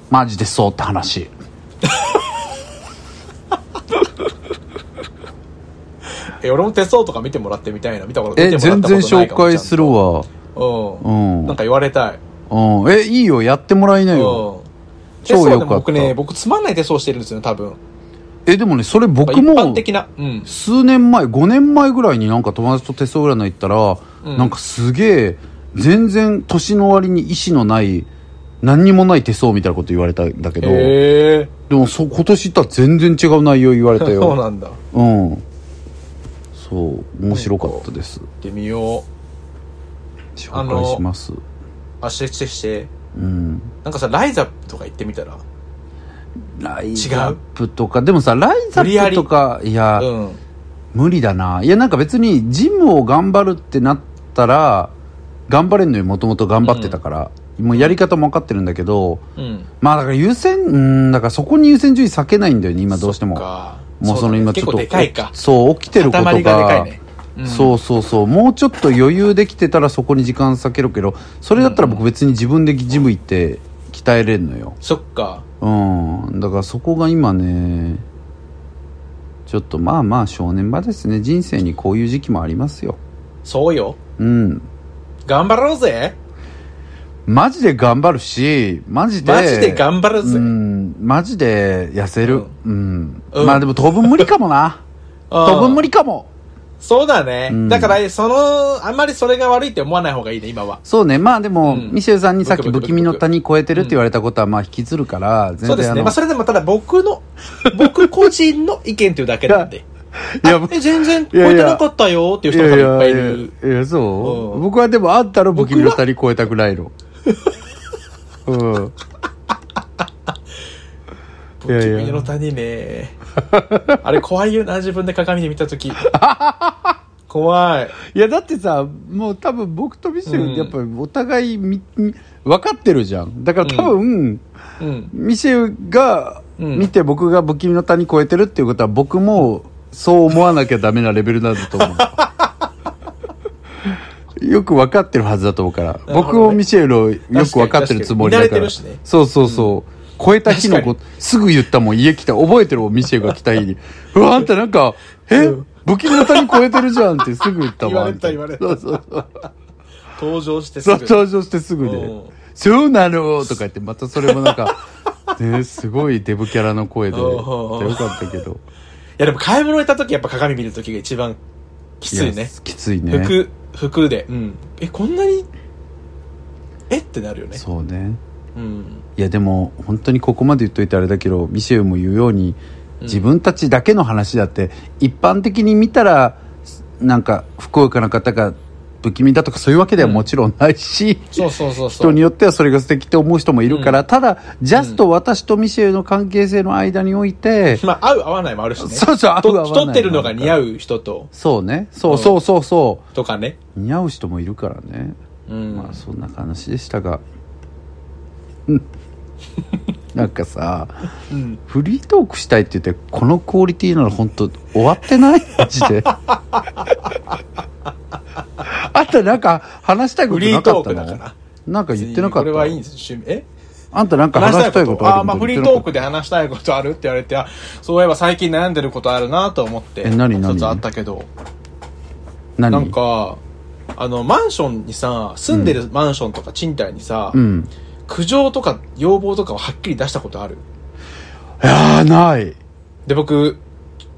Speaker 2: マジでそうって話
Speaker 1: え、俺も手相とか見てもらってみたいな。見たこと
Speaker 2: え
Speaker 1: 見てもら
Speaker 2: 全
Speaker 1: った
Speaker 2: 然
Speaker 1: ことない
Speaker 2: 紹
Speaker 1: かも
Speaker 2: 介する。わ
Speaker 1: ちゃんと
Speaker 2: う
Speaker 1: うんん。なんか言われたい。
Speaker 2: うんえいいよやってもらいな
Speaker 1: う
Speaker 2: よ
Speaker 1: ん。手相で
Speaker 2: 超良
Speaker 1: も
Speaker 2: かった
Speaker 1: 僕ね、僕つまんない手相してるんですよね、多分。
Speaker 2: えでもねそれ僕
Speaker 1: 一般
Speaker 2: も
Speaker 1: 的な。うん。
Speaker 2: 数年前5年前ぐらいになんか友達と手相占い行ったら、
Speaker 1: うん
Speaker 2: なんかすげえ全然年の割に意思のない何にもない手相みたいなこと言われたんだけど、
Speaker 1: へえ。
Speaker 2: でもそう今年行ったら全然違う内容言われたよ
Speaker 1: そうなんだ。行
Speaker 2: うんそう面白かったです
Speaker 1: ってみよあ
Speaker 2: 紹
Speaker 1: の
Speaker 2: 介します
Speaker 1: う。あ、してしてして。
Speaker 2: うん
Speaker 1: なんかさ、ライザップとか行ってみたら。
Speaker 2: ライズアップとかでもさライズア
Speaker 1: 無理や
Speaker 2: ップ
Speaker 1: り
Speaker 2: とかいや、
Speaker 1: うん。
Speaker 2: 無理だないやなんか別にジムを頑張るってなったら頑張れんのよもともと頑張ってたから、もうやり方も分かってるんだけど
Speaker 1: うん。
Speaker 2: まあだから優先うんだからそこに優先順位避けないんだよね今どうしても
Speaker 1: っか
Speaker 2: もうその今ちょっ
Speaker 1: そう
Speaker 2: と
Speaker 1: だね結構でかいか。
Speaker 2: そう起きてることが
Speaker 1: 塊がでかいね。うん
Speaker 2: そうそうそうもうちょっと余裕できてたらそこに時間割けるけどそれだったら僕別に自分でジム行って鍛えれんのよ
Speaker 1: そっか。
Speaker 2: うんだからそこが今ねちょっとまあまあ正念場ですね人生にこういう時期もありますよ
Speaker 1: そうよ。
Speaker 2: うん
Speaker 1: 頑張ろうぜ。
Speaker 2: マジで頑張るしマジで
Speaker 1: マジで頑張るぜ。
Speaker 2: う
Speaker 1: うん
Speaker 2: んマジで痩せるうん、
Speaker 1: うん
Speaker 2: まあでも当分無理か もな当分無理かも
Speaker 1: そうだね。
Speaker 2: うん
Speaker 1: だから、その、あんまりそれが悪いって思わない方がいいね、今は。
Speaker 2: そうねまあでも、
Speaker 1: うん
Speaker 2: ミシェルさんにさっき
Speaker 1: ブクブ
Speaker 2: 不
Speaker 1: ク
Speaker 2: 気味の谷超えてるって言われたことはまあ引きずるから全然
Speaker 1: そうですね。まあ、それでもただ僕 の、僕個人の意見というだけなんで。
Speaker 2: いや
Speaker 1: あえ、全然
Speaker 2: い
Speaker 1: 超
Speaker 2: やいや
Speaker 1: えてなかったよっていう人がいっぱいいる。
Speaker 2: やいやそう、
Speaker 1: うん
Speaker 2: 僕はでもあんたの不気味の
Speaker 1: 僕
Speaker 2: 谷超えたく ないのうん
Speaker 1: 不
Speaker 2: いやいやいや
Speaker 1: 気味の谷ね。あれ怖いよな、自分で鏡で見たとき。怖い。
Speaker 2: いやだってさもう多分僕とミシェル
Speaker 1: うん
Speaker 2: やっぱりお互いみ、み分かってるじゃんだから多分、
Speaker 1: うん。
Speaker 2: ミシェルが
Speaker 1: うん
Speaker 2: 見て僕が不気味の谷超えてるっていうことは僕もそう思わなきゃダメなレベルなんだと思 うよく分かってるはずだと思うから、
Speaker 1: どね
Speaker 2: 僕もミシェルをよく分かってるつもりだから
Speaker 1: 確かに確かに見慣れてるしね
Speaker 2: そうそうそう、超えた日のこ
Speaker 1: 確
Speaker 2: すぐ言ったもん家来た覚えてるもんミシェルが来た日に「うわあんたなんかえ不気味の谷超えてるじゃん」ってすぐ言ったもん
Speaker 1: 言われた言われた
Speaker 2: そうそうそう
Speaker 1: 登場してす
Speaker 2: そう
Speaker 1: ぐ。
Speaker 2: 登場してすぐ
Speaker 1: う
Speaker 2: で
Speaker 1: ん
Speaker 2: 「 そうなの?」とか言ってまたそれもな んかねすごいデブキャラの声で
Speaker 1: おう
Speaker 2: よ
Speaker 1: おうおう
Speaker 2: かったけど
Speaker 1: いやでも買い物行った時やっぱ鏡見る時が一番きつい
Speaker 2: や
Speaker 1: ね。
Speaker 2: きついね
Speaker 1: 服、服で。うん。え、こんなにえってなるよね。
Speaker 2: そうね
Speaker 1: うん。
Speaker 2: いやでも本当にここまで言っといてあれだけどミシェルも言うように自分たちだけの話だって、一般的に見たらなんか福岡の方が不気味だとかそういうわけではもちろんないし、
Speaker 1: そうそうそうそう。
Speaker 2: 人によってはそれが素敵って思う人もいるから、ただジャスト私とミシェルの関係性の間におい て、
Speaker 1: まあ、合う合わないもあるしね。
Speaker 2: そうそう合う合わない
Speaker 1: と太ってるのが似合う人と、
Speaker 2: そうねそううんそうそうそ
Speaker 1: とかね。
Speaker 2: う、似合う人もいるからね、
Speaker 1: うん。
Speaker 2: まあそんな話でしたがうん なんかさ
Speaker 1: うん。
Speaker 2: フリートークしたいって言ってこのクオリティなら本当終わってないマジ であんたなんか話したいこ
Speaker 1: フ
Speaker 2: と
Speaker 1: リ
Speaker 2: な
Speaker 1: ー
Speaker 2: か
Speaker 1: トー
Speaker 2: った
Speaker 1: クだか
Speaker 2: の
Speaker 1: ら。
Speaker 2: なんか言って
Speaker 1: 別
Speaker 2: なか
Speaker 1: にこ
Speaker 2: っ
Speaker 1: れはいいん
Speaker 2: た
Speaker 1: です趣味。え
Speaker 2: あんたなんか話したいことあ
Speaker 1: あ
Speaker 2: る
Speaker 1: あ、まあ、フリートークで話したいことあるって言われて、あそういえば最近悩んでることあるなと思って、
Speaker 2: え何何
Speaker 1: 一つあったけど、
Speaker 2: 何
Speaker 1: なんか、あの、マンションにさ、住んでるマンションとか賃貸にさ、
Speaker 2: うん
Speaker 1: 苦情とか要望とかをはっきり出したことある。
Speaker 2: いやーない
Speaker 1: で、僕、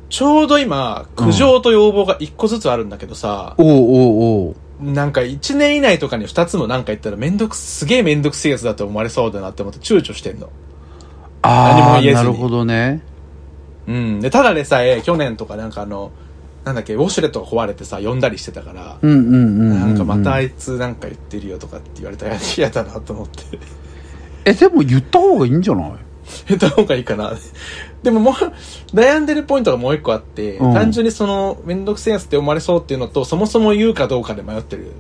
Speaker 1: ちょうど今、苦情と要望が一個ずつあるんだけどさ、
Speaker 2: おうおうおう
Speaker 1: なんか一年以内とかに二つもなんか言ったらめんどく、すげえめんどくせえやつだと思われそうだなって思って躊躇してんの。何
Speaker 2: あ
Speaker 1: も
Speaker 2: あ
Speaker 1: 言えず
Speaker 2: な
Speaker 1: に
Speaker 2: るほどね
Speaker 1: うん。で、ただでさえ、去年とかなんかあの、なんだっけ、ウォシュレットが壊れてさ、呼んだりしてたから、
Speaker 2: うんうんうん、うん、
Speaker 1: なんかまたあいつなんか言ってるよとかって言われたら嫌だなと思って。
Speaker 2: えでも言った方がいいんじゃない
Speaker 1: 言った方がいいかな。でももう、悩んでるポイントがもう一個あって、
Speaker 2: うん
Speaker 1: 単純にその、めんどくせえやつって思われそうっていうのと、そもそも言うかどうかで迷ってる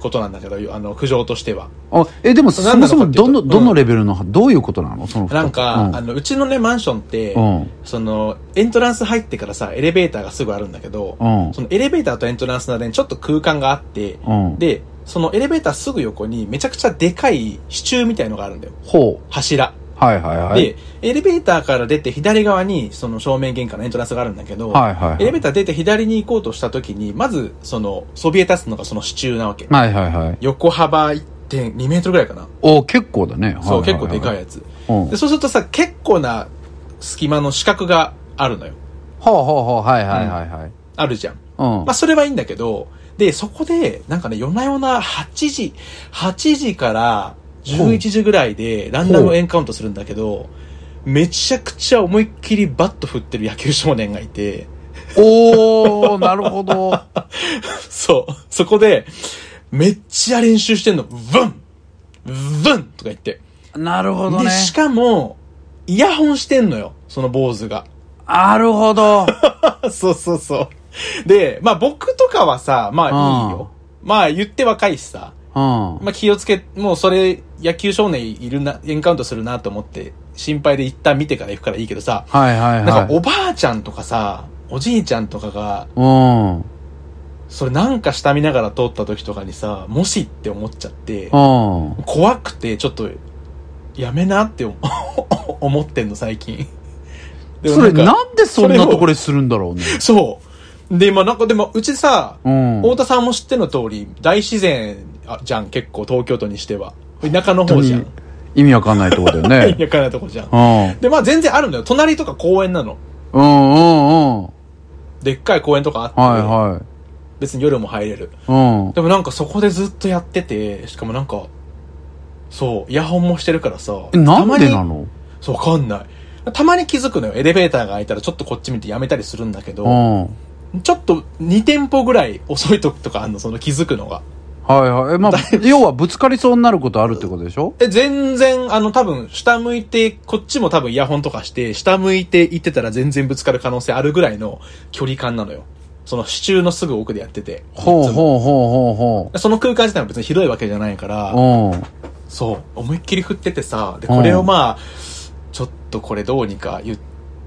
Speaker 1: ことなんだけど、あの、苦情としては。
Speaker 2: あえでも
Speaker 1: そうな
Speaker 2: そ
Speaker 1: ん
Speaker 2: も
Speaker 1: なの
Speaker 2: そもどの
Speaker 1: かっていうと
Speaker 2: ど
Speaker 1: う
Speaker 2: の
Speaker 1: ん
Speaker 2: レベルのどういうことなのその二つ
Speaker 1: なんか、
Speaker 2: うん
Speaker 1: あの、うちのね、マンションって、
Speaker 2: うん
Speaker 1: その、エントランス入ってからさ、エレベーターがすぐあるんだけど、
Speaker 2: うん
Speaker 1: そのエレベーターとエントランスの間にちょっと空間があって、
Speaker 2: うん
Speaker 1: で、そのエレベーターすぐ横にめちゃくちゃでかい支柱みたいのがあるんだよ。
Speaker 2: ほ
Speaker 1: 柱。
Speaker 2: うはいはいはい
Speaker 1: で、エレベーターから出て左側にその正面玄関のエントランスがあるんだけど、
Speaker 2: はいはいはい
Speaker 1: エレベーター出て左に行こうとした時に、まずその、そびえ立つのがその支柱なわけ。
Speaker 2: はいはいはい
Speaker 1: 横幅1.2メートルぐらいかな。
Speaker 2: お結構だね
Speaker 1: そう、
Speaker 2: はい
Speaker 1: 結
Speaker 2: は
Speaker 1: 構でかい
Speaker 2: い
Speaker 1: やつ。
Speaker 2: はいうん
Speaker 1: で、そうするとさ、結構な隙間の死角があるのよ。
Speaker 2: ほうほうほうはいはいはいはい
Speaker 1: あるじゃん。
Speaker 2: うん
Speaker 1: まあ、それはいいんだけど、で、そこで、なんかね、夜な夜な8時、8時から11時ぐらいで、ランダムエンカウントするんだけど、めちゃくちゃ思いっきりバット振ってる野球少年がいて、
Speaker 2: おおなるほど
Speaker 1: そう、そこで、めっちゃ練習してんの、ブンブンとか言って。
Speaker 2: なるほど
Speaker 1: で、
Speaker 2: ね
Speaker 1: しかも、イヤホンしてんのよ、その坊主が。
Speaker 2: なるほど
Speaker 1: そうそうそう。で、まあ僕とかはさ、まあいいよ。まあ言って若いしさ。
Speaker 2: うん
Speaker 1: まあ気をつけ、もうそれ野球少年いるな、エンカウントするなと思って、心配で一旦見てから行くからいいけどさ、
Speaker 2: はいはい
Speaker 1: な
Speaker 2: は
Speaker 1: んか
Speaker 2: い
Speaker 1: おばあちゃんとかさ、おじいちゃんとかが、
Speaker 2: うん
Speaker 1: それなんか下見ながら通った時とかにさ、もしって思っちゃって、
Speaker 2: うん
Speaker 1: 怖くてちょっと、やめなって 思思ってんの最近。でも
Speaker 2: それ
Speaker 1: か
Speaker 2: なんでそんなところでするんだろうね
Speaker 1: そう。で、まあなんかでもうちさ、
Speaker 2: うん
Speaker 1: 太田さんも知っての通り、大自然あじゃん、結構東京都にしては。田舎の方じゃん。
Speaker 2: 意味わかんないとこだよね
Speaker 1: 田舎なとこじゃん
Speaker 2: う。ん
Speaker 1: で、まあ全然あるのよ。隣とか公園なの。
Speaker 2: うんうんうん
Speaker 1: でっかい公園とかあって、
Speaker 2: はいはい
Speaker 1: 別に夜も入れる。
Speaker 2: うん
Speaker 1: でもなんかそこでずっとやってて、しかもなんか、そう、イヤホンもしてるからさ。
Speaker 2: えな
Speaker 1: た
Speaker 2: んで
Speaker 1: ま
Speaker 2: な
Speaker 1: に
Speaker 2: の
Speaker 1: そう、わかんない。たまに気づくのよ。エレベーターが開いたらちょっとこっち見てやめたりするんだけ
Speaker 2: う
Speaker 1: ど、
Speaker 2: ん
Speaker 1: ちょっと2店舗ぐらい遅い時とかあんの、その気づくのが。
Speaker 2: はいはいえまあ要はぶつかりそうになることあるってことでしょ
Speaker 1: え、全然、あの、多分、下向いて、こっちも多分イヤホンとかして、下向いて行ってたら全然ぶつかる可能性あるぐらいの距離感なのよ。その支柱のすぐ奥でやってて。
Speaker 2: ほう
Speaker 1: いつも
Speaker 2: ほうほうほうほ
Speaker 1: その空間自体も別に広いわけじゃないから、
Speaker 2: ううん
Speaker 1: そう、思いっきり振っててさ、で、
Speaker 2: うん
Speaker 1: これをまあ、ちょっとこれどうにか言っ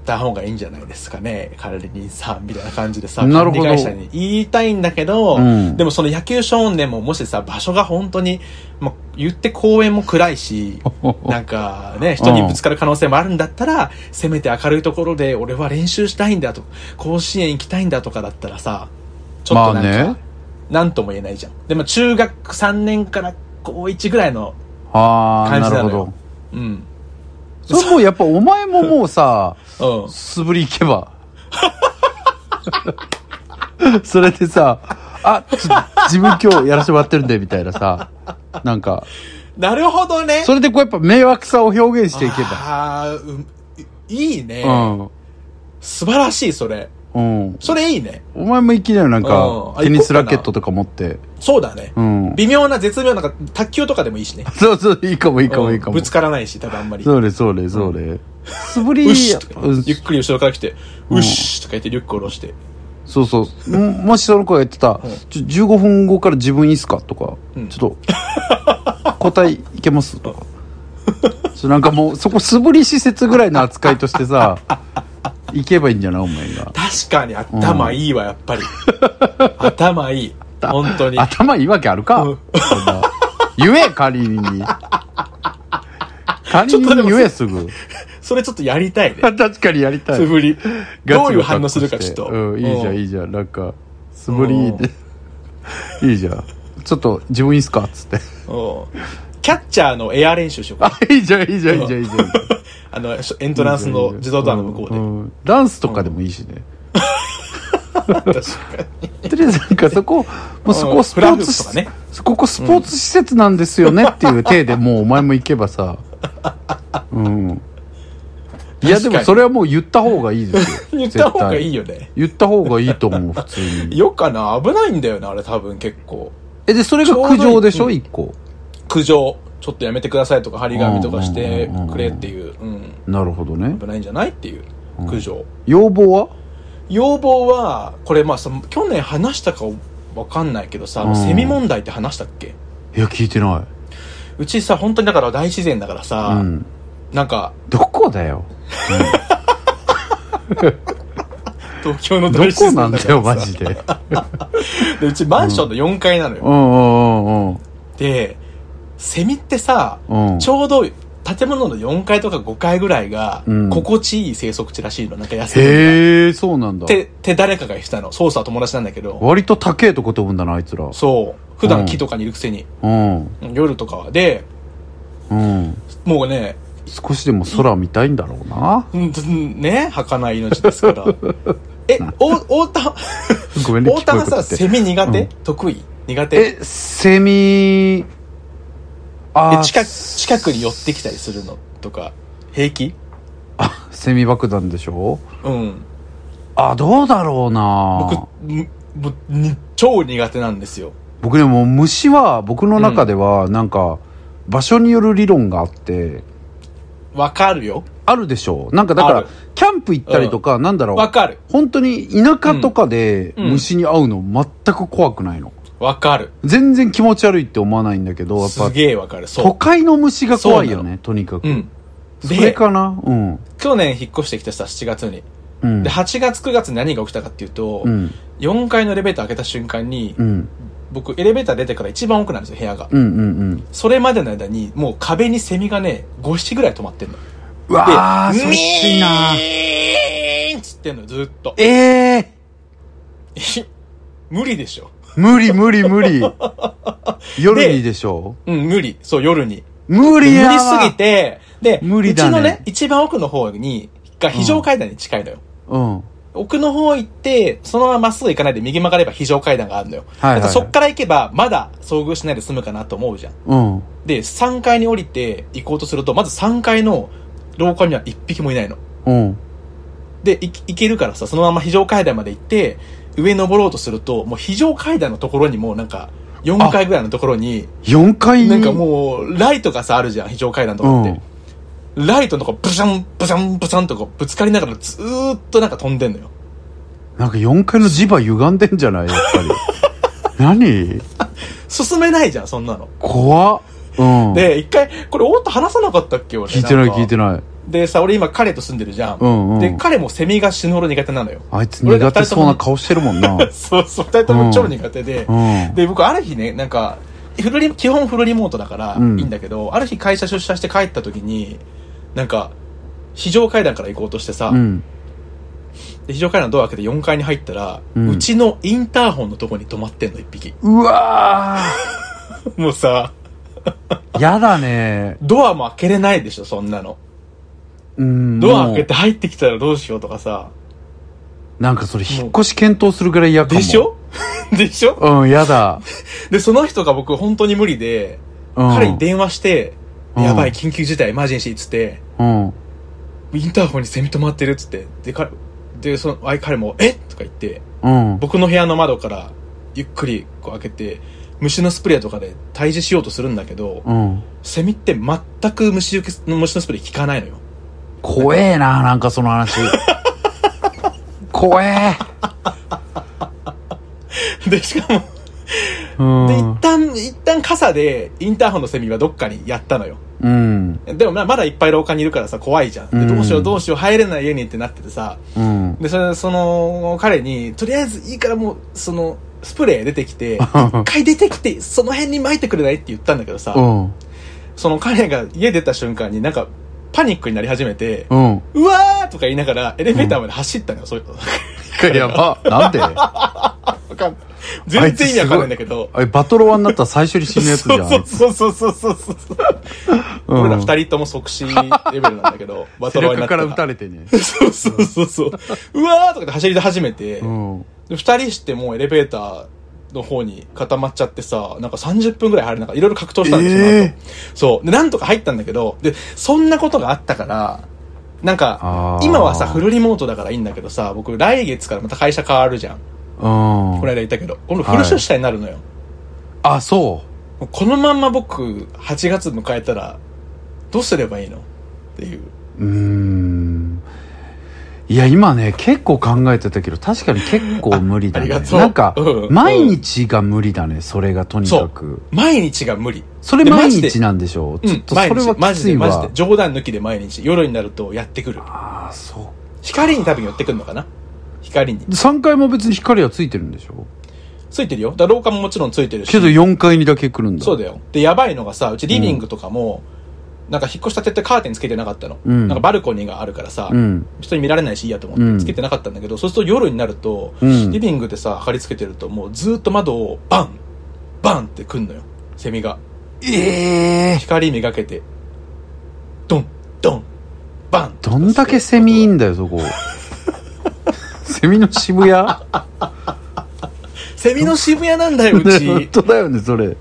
Speaker 1: た方がいいんじゃないですかね、彼にさ、みたいな感じでさ、
Speaker 2: なるほど
Speaker 1: 管理会社に言いたいんだけど、
Speaker 2: うん
Speaker 1: でもその野球少年ももしさ、場所が本当に、まあ、言って公園も暗いし、なんかね、人にぶつかる可能性もあるんだったら、せめて明るいところで俺は練習したいんだと、甲子園行きたいんだとかだったらさ、ちょっとなんか、
Speaker 2: まあね
Speaker 1: なんとも言えないじゃん。でも中学3年から高1ぐらいの、
Speaker 2: ああ
Speaker 1: 感
Speaker 2: な
Speaker 1: じな
Speaker 2: る
Speaker 1: の
Speaker 2: ほ
Speaker 1: よ
Speaker 2: ど
Speaker 1: うん。
Speaker 2: それもうやっぱお前ももうさ
Speaker 1: うん。
Speaker 2: 素振りいけばそれでさあちょ自分今日やらせてもらってるんでみたいなさなんか
Speaker 1: なるほどね。
Speaker 2: それでこうやっぱ迷惑さを表現していけ
Speaker 1: ああ、うんいいいね、
Speaker 2: ば
Speaker 1: 素晴らしい、それ。
Speaker 2: うんうん
Speaker 1: それいいね。
Speaker 2: お前もいきなよなん
Speaker 1: うん
Speaker 2: か
Speaker 1: あ
Speaker 2: テニスラケットとか持って
Speaker 1: そうだね。
Speaker 2: うん
Speaker 1: 微妙な絶妙な、なんか卓球とかでもいいしね。
Speaker 2: そうそういい かもいいか
Speaker 1: う
Speaker 2: も
Speaker 1: ん
Speaker 2: いいかも
Speaker 1: ぶつからないし、多分あんまり。
Speaker 2: そうれそうれそうれ素振り
Speaker 1: うっしーとか
Speaker 2: うん
Speaker 1: ゆっくり後ろから来て、
Speaker 2: うん
Speaker 1: うっしーとか言ってリュック下ろして。
Speaker 2: そうそう。んもしその子が言ってた、ちょ15分後から自分いいっすかとか、
Speaker 1: うん
Speaker 2: ちょっと、答えいけますとか。そうなんかもう、そこ素振り施設ぐらいの扱いとして さ、行けばいいんじゃないお前が。
Speaker 1: 確かに頭いいわ、やっぱり。頭いい。本当に。
Speaker 2: 頭いいわけあるか、
Speaker 1: うん
Speaker 2: そんな言え、仮に。 仮
Speaker 1: ちょっとで
Speaker 2: に
Speaker 1: も
Speaker 2: 言え、すぐ。
Speaker 1: それちょっとやりたいね。
Speaker 2: 確かにやりたい。
Speaker 1: 素振り。
Speaker 2: ガチの
Speaker 1: どういう反応するかちょっと。
Speaker 2: うん、いいじゃん、い
Speaker 1: い。
Speaker 2: いじゃん。なんか、素振りで、 いいじゃん。ちょっと、自分いいっすかつって。
Speaker 1: うんキャッチャーのエア練習しようか。
Speaker 2: あいいじゃん、いいじゃん、いいじゃん、いいじゃん。
Speaker 1: あの、エントランスの自動ドアの向こうで。
Speaker 2: んんダンスとかでもいいしね。とりあえずなんかそこ、もうそこス
Speaker 1: フ
Speaker 2: ポ
Speaker 1: ラ
Speaker 2: ー
Speaker 1: フー
Speaker 2: ツ
Speaker 1: プとか
Speaker 2: し、
Speaker 1: ね
Speaker 2: そここスポーツ施設なんですよねっていう体でもうお前も行け ばさ。うん。いや
Speaker 1: 確か
Speaker 2: で
Speaker 1: に
Speaker 2: もそれはもう言った方がいいですよ。
Speaker 1: 言った方がいい
Speaker 2: よ。
Speaker 1: よね。
Speaker 2: 言った方がいいと思う、普通 に。
Speaker 1: よっかな、危ないんだよな、あれ多分結構。
Speaker 2: え、で、それが苦情でしょ、一個。
Speaker 1: 苦情、ちょっとやめてくださいとか、張り紙とかして
Speaker 2: うんうんうんうん
Speaker 1: くれっていう、うん、
Speaker 2: なるほどね
Speaker 1: 危。ないんじゃないっていう苦情。
Speaker 2: 要望は
Speaker 1: 要望は、これまあその、去年話したかわかんないけどさ、
Speaker 2: うん
Speaker 1: セミ問題って話したっけ
Speaker 2: いや、聞いてな
Speaker 1: うちさ、本当にだから大自然だから
Speaker 2: い。
Speaker 1: さ、
Speaker 2: うん。
Speaker 1: なんか、
Speaker 2: どこだ よ。
Speaker 1: 東京の
Speaker 2: ど
Speaker 1: 大自
Speaker 2: こ
Speaker 1: 然
Speaker 2: なんだよ、マジ
Speaker 1: で。
Speaker 2: で。うん
Speaker 1: で、うちマンションの4階なのよ。
Speaker 2: うんうん
Speaker 1: で、セミってさ、
Speaker 2: うん。うん。
Speaker 1: ちょうど建物の4階とか5階ぐらいが
Speaker 2: うん、
Speaker 1: 心地いい生息地らしいの。なんか安い。っ
Speaker 2: へえ、そうなんだ。
Speaker 1: て、って誰かが言ってたの。ソースは友達なんだけど。
Speaker 2: 割と高えとこ飛ぶんだな、あいつら。
Speaker 1: そう。普段木とかにいるくせに。
Speaker 2: うん。
Speaker 1: 夜とかは。で、
Speaker 2: うん。
Speaker 1: もうね、
Speaker 2: 少しでも空見たいんだろうな。
Speaker 1: うんうんね、儚い命ですから。え、お、太田、
Speaker 2: ごめんね、
Speaker 1: 太田
Speaker 2: 聞こえ
Speaker 1: が
Speaker 2: な
Speaker 1: さ、
Speaker 2: くて
Speaker 1: セミ苦手、
Speaker 2: うん
Speaker 1: 得意苦手
Speaker 2: え、セミ、あ
Speaker 1: で近く、
Speaker 2: ー
Speaker 1: 近くに寄ってきたりするのとか、平気
Speaker 2: セミ爆弾でしょ
Speaker 1: うん。
Speaker 2: あ、どうだろうな
Speaker 1: 僕、むむに超苦手なんですよ。
Speaker 2: 僕ね、もう虫は、僕の中では、なんか、場所による理論があって、
Speaker 1: わかるよ。
Speaker 2: あるでしょなんかだか
Speaker 1: あ
Speaker 2: ら
Speaker 1: る、
Speaker 2: キャンプ行ったりとか、なんだろう。
Speaker 1: わかる。
Speaker 2: 本当に田舎とかで
Speaker 1: うんうん
Speaker 2: 虫に会うの全く怖くないの。
Speaker 1: わかる。
Speaker 2: 全然気持ち悪いって思わないんだけど、やっぱ
Speaker 1: すげえわかる。
Speaker 2: 都
Speaker 1: そ
Speaker 2: 会の虫が怖い
Speaker 1: そ
Speaker 2: よ
Speaker 1: うな
Speaker 2: ね、とにかく。
Speaker 1: う。うん。
Speaker 2: それ
Speaker 1: で、
Speaker 2: かなうん。
Speaker 1: 去年引っ越してきてさ、7月に。
Speaker 2: うん
Speaker 1: で、。8月、9月に何が起きたかっていうと、
Speaker 2: うん。
Speaker 1: 4階のエレベーター開けた瞬間に、
Speaker 2: うん。
Speaker 1: 僕、エレベーター出てから一番奥なんですよ、部屋が。
Speaker 2: うん。うん。
Speaker 1: それまでの間に、もう壁にセミがね、5匹ぐらい止まってんの。で、
Speaker 2: うわあ、そっ
Speaker 1: ミ
Speaker 2: ちいな
Speaker 1: ーンっつってんの、ずっと。
Speaker 2: ええ
Speaker 1: 無理でしょ。
Speaker 2: ー、無理無理無 理。夜にでしょ
Speaker 1: うん、無理。そう、夜に。
Speaker 2: 無理や
Speaker 1: 無理
Speaker 2: わ
Speaker 1: すぎ。て、で、
Speaker 2: 無理だ
Speaker 1: う
Speaker 2: ね
Speaker 1: ちのね、一番奥の方に、が非常階段に近いのよ。
Speaker 2: うん。は
Speaker 1: 奥の方行って、そのまままっすぐ行かないで右曲がれば非常階段があるのよ。
Speaker 2: い、はい
Speaker 1: だからそっから行けば、まだ遭遇しないで済むかなと思うじゃん。
Speaker 2: うん。
Speaker 1: で、3階に降りて行こうとすると、まず3階の廊下には1匹もいないの。
Speaker 2: うん。
Speaker 1: で、い行けるからさ、そのまま非常階段まで行って、上登ろうとすると、もう非常階段のところにもうなんか、4階ぐらいのところに、
Speaker 2: 4階に。
Speaker 1: なんかもう、ライトがさ、あるじゃん、非常階段とかって。
Speaker 2: うん
Speaker 1: ライトのとか、ブシャン、ブシャン、ブシャンとかぶつかりながらずーっとなんか飛んでんのよ。
Speaker 2: なんか4階の磁場歪んでんじゃないやっぱり。 何
Speaker 1: 進めないじゃん、そんなの。
Speaker 2: 怖っ。うん。
Speaker 1: で、一回、これ、おっと話さなかったっけ俺。
Speaker 2: 聞いてない聞いて
Speaker 1: ない。
Speaker 2: ない。
Speaker 1: でさ、俺今彼と住んでるじゃん。
Speaker 2: うんうん
Speaker 1: で、彼もセミが死ぬほど苦手なのよ。
Speaker 2: あいつ苦手そうな顔してる もんな。う
Speaker 1: そうそう、二人とも超苦手で。
Speaker 2: ん。
Speaker 1: で、僕、ある日ね、なんか、フルリ基本フルリモートだからいい
Speaker 2: うん
Speaker 1: んだけど、ある日会社出社して帰った時に、なんか、非常階段から行こうとしてさ、
Speaker 2: うん。
Speaker 1: で非常階段のドア開けて4階に入ったら、う
Speaker 2: うん
Speaker 1: ちのインターホンのとこに止まってんの、一 匹。
Speaker 2: うわ
Speaker 1: もうさ、
Speaker 2: ーやだね
Speaker 1: ドアも開けれないでしょ、そんなの。
Speaker 2: うん。
Speaker 1: ドア開け
Speaker 2: も
Speaker 1: て入ってきたらどうしようとかさ。
Speaker 2: うなんかそれ引っ越し検討するぐらい嫌かも。
Speaker 1: でし ょでしょ
Speaker 2: うん、やだ。
Speaker 1: で、その人が僕本当に無理で、
Speaker 2: うん。
Speaker 1: 彼に電話して、
Speaker 2: うん
Speaker 1: やばい、緊急事態、エマージェンシーっつって、
Speaker 2: うん。
Speaker 1: インターホンにセミ止まってるっつって、で、彼、で、その、あい彼も、えとか言って、
Speaker 2: うん。
Speaker 1: 僕の部屋の窓から、ゆっくりこう開けて、虫のスプレーとかで退治しようとするんだけど、
Speaker 2: うん。
Speaker 1: セミって全く虫よけ、虫のスプレー効かないのよ。
Speaker 2: 怖えななんかその話。怖え。
Speaker 1: で、しかも、
Speaker 2: う
Speaker 1: で、一
Speaker 2: ん。
Speaker 1: 旦、一旦傘で、インターホンのセミはどっかにやったのよ。
Speaker 2: うん。
Speaker 1: でもまあまだいっぱい廊下にいるからさ、怖いじゃん。で、
Speaker 2: うん
Speaker 1: どうしようどうしよう、入れない家にってなっててさ。
Speaker 2: うん。
Speaker 1: で、それその、彼に、とりあえずいいからもう、その、スプレー出てき て、一回出てきて、その辺に撒いてくれないって言ったんだけどさ、
Speaker 2: うん。
Speaker 1: その彼が家出た瞬間になんか、パニックになり始めて、
Speaker 2: うん。
Speaker 1: うわーとか言いながら、エレベーターまで走ったのよ、そういうの。
Speaker 2: やば。なんで
Speaker 1: わかんない全然意味わかんないんだけど。
Speaker 2: あれバトロワになったら最初に死ぬやつじゃん。
Speaker 1: そうそうそうそうそうそう。
Speaker 2: うん
Speaker 1: 俺ら二人とも即死レベルなんだけど、バ
Speaker 2: 背
Speaker 1: ト ロワになった
Speaker 2: 中から
Speaker 1: ら
Speaker 2: 撃たれてね。
Speaker 1: そうそうそうそう。うわーとかで走り出始めて、
Speaker 2: うん。
Speaker 1: で二人してもうエレベーターの方に固まっちゃってさ、なんか30分ぐらい入れなんかいろいろ格闘したんですよ、
Speaker 2: え
Speaker 1: その後そう。で、なんとか入ったんだけど、で、そんなことがあったから、なん
Speaker 2: あ
Speaker 1: か、
Speaker 2: ー
Speaker 1: 今はさ、フルリモートだからいいんだけどさ、僕来月からまた会社変わるじゃん。
Speaker 2: うん
Speaker 1: この間言ったけど、このフル出社になるのよ。
Speaker 2: あそ
Speaker 1: もうこのまんま僕、8月迎えたら、どうすればいいのっていう。
Speaker 2: ううーんいや今ね結構考えてたけど確かに結構無理だね
Speaker 1: あありがとう
Speaker 2: なんか、
Speaker 1: うん
Speaker 2: 毎日が無理だねそれがとにかく
Speaker 1: 毎日が無理。
Speaker 2: それ
Speaker 1: で
Speaker 2: 毎
Speaker 1: マジ
Speaker 2: 日
Speaker 1: で
Speaker 2: なんでしょ
Speaker 1: う
Speaker 2: うちょっ
Speaker 1: ん、
Speaker 2: と
Speaker 1: 毎
Speaker 2: それ
Speaker 1: 日
Speaker 2: は、
Speaker 1: マ
Speaker 2: き
Speaker 1: ジ
Speaker 2: つ
Speaker 1: で、
Speaker 2: い
Speaker 1: マジ
Speaker 2: わ
Speaker 1: で。冗談抜きで毎日。夜になるとやってくる。
Speaker 2: ああそ
Speaker 1: 光に多分寄ってくるのかな光に
Speaker 2: う。3回も別に光はついてるんでしょ
Speaker 1: ついてるよ。だから廊下ももちろんついてるし。
Speaker 2: けど4階にだけ来るんだ
Speaker 1: そうだよ。で、やばいのがさ、うちリビングとかも、なんか引っ越したてってカーテンつけてなかったの。
Speaker 2: うん
Speaker 1: なんかバルコニーがあるからさ、
Speaker 2: うん
Speaker 1: 人に見られないしいいやと思って、
Speaker 2: うん
Speaker 1: つけてなかったんだけど、そうすると夜になると、
Speaker 2: うん
Speaker 1: リビングでさ、明かりつけてると、もうずーっと窓をバンバンってくんのよ。セミが。
Speaker 2: ええ
Speaker 1: 光めがけて、ドンドンバン
Speaker 2: どんだけセミいいんだよ そこセミの渋谷
Speaker 1: セミの渋谷なんだよ、う
Speaker 2: 本
Speaker 1: ち。
Speaker 2: 当だよねそれ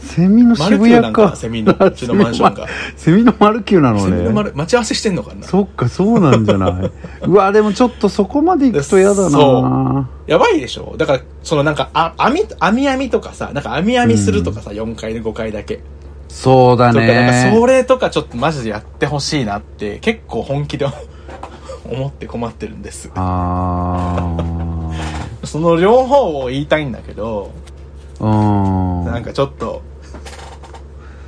Speaker 2: セミの
Speaker 1: マル
Speaker 2: 渋
Speaker 1: キューな
Speaker 2: 谷
Speaker 1: んか
Speaker 2: か
Speaker 1: な、セミの、うちのマンシ ョンが。
Speaker 2: セミのマルキューなの
Speaker 1: セミの
Speaker 2: ね
Speaker 1: 丸、待ち合わせしてんのかな
Speaker 2: そっかそうなんじゃない うわでもちょっとそこまで行くと嫌だ
Speaker 1: そ
Speaker 2: な
Speaker 1: やばいでしょだから、そのなんか、あ、網、網網とかさ、なんか網網するとかさ、4回で5回だけ。
Speaker 2: そうだ
Speaker 1: とか、なんかそ
Speaker 2: ね
Speaker 1: れとかちょっとマジでやってほしいなって、結構本気で 思って困ってるんです。
Speaker 2: あ
Speaker 1: その両方を言いたいんだけど、
Speaker 2: ーうん
Speaker 1: なんかちょっと、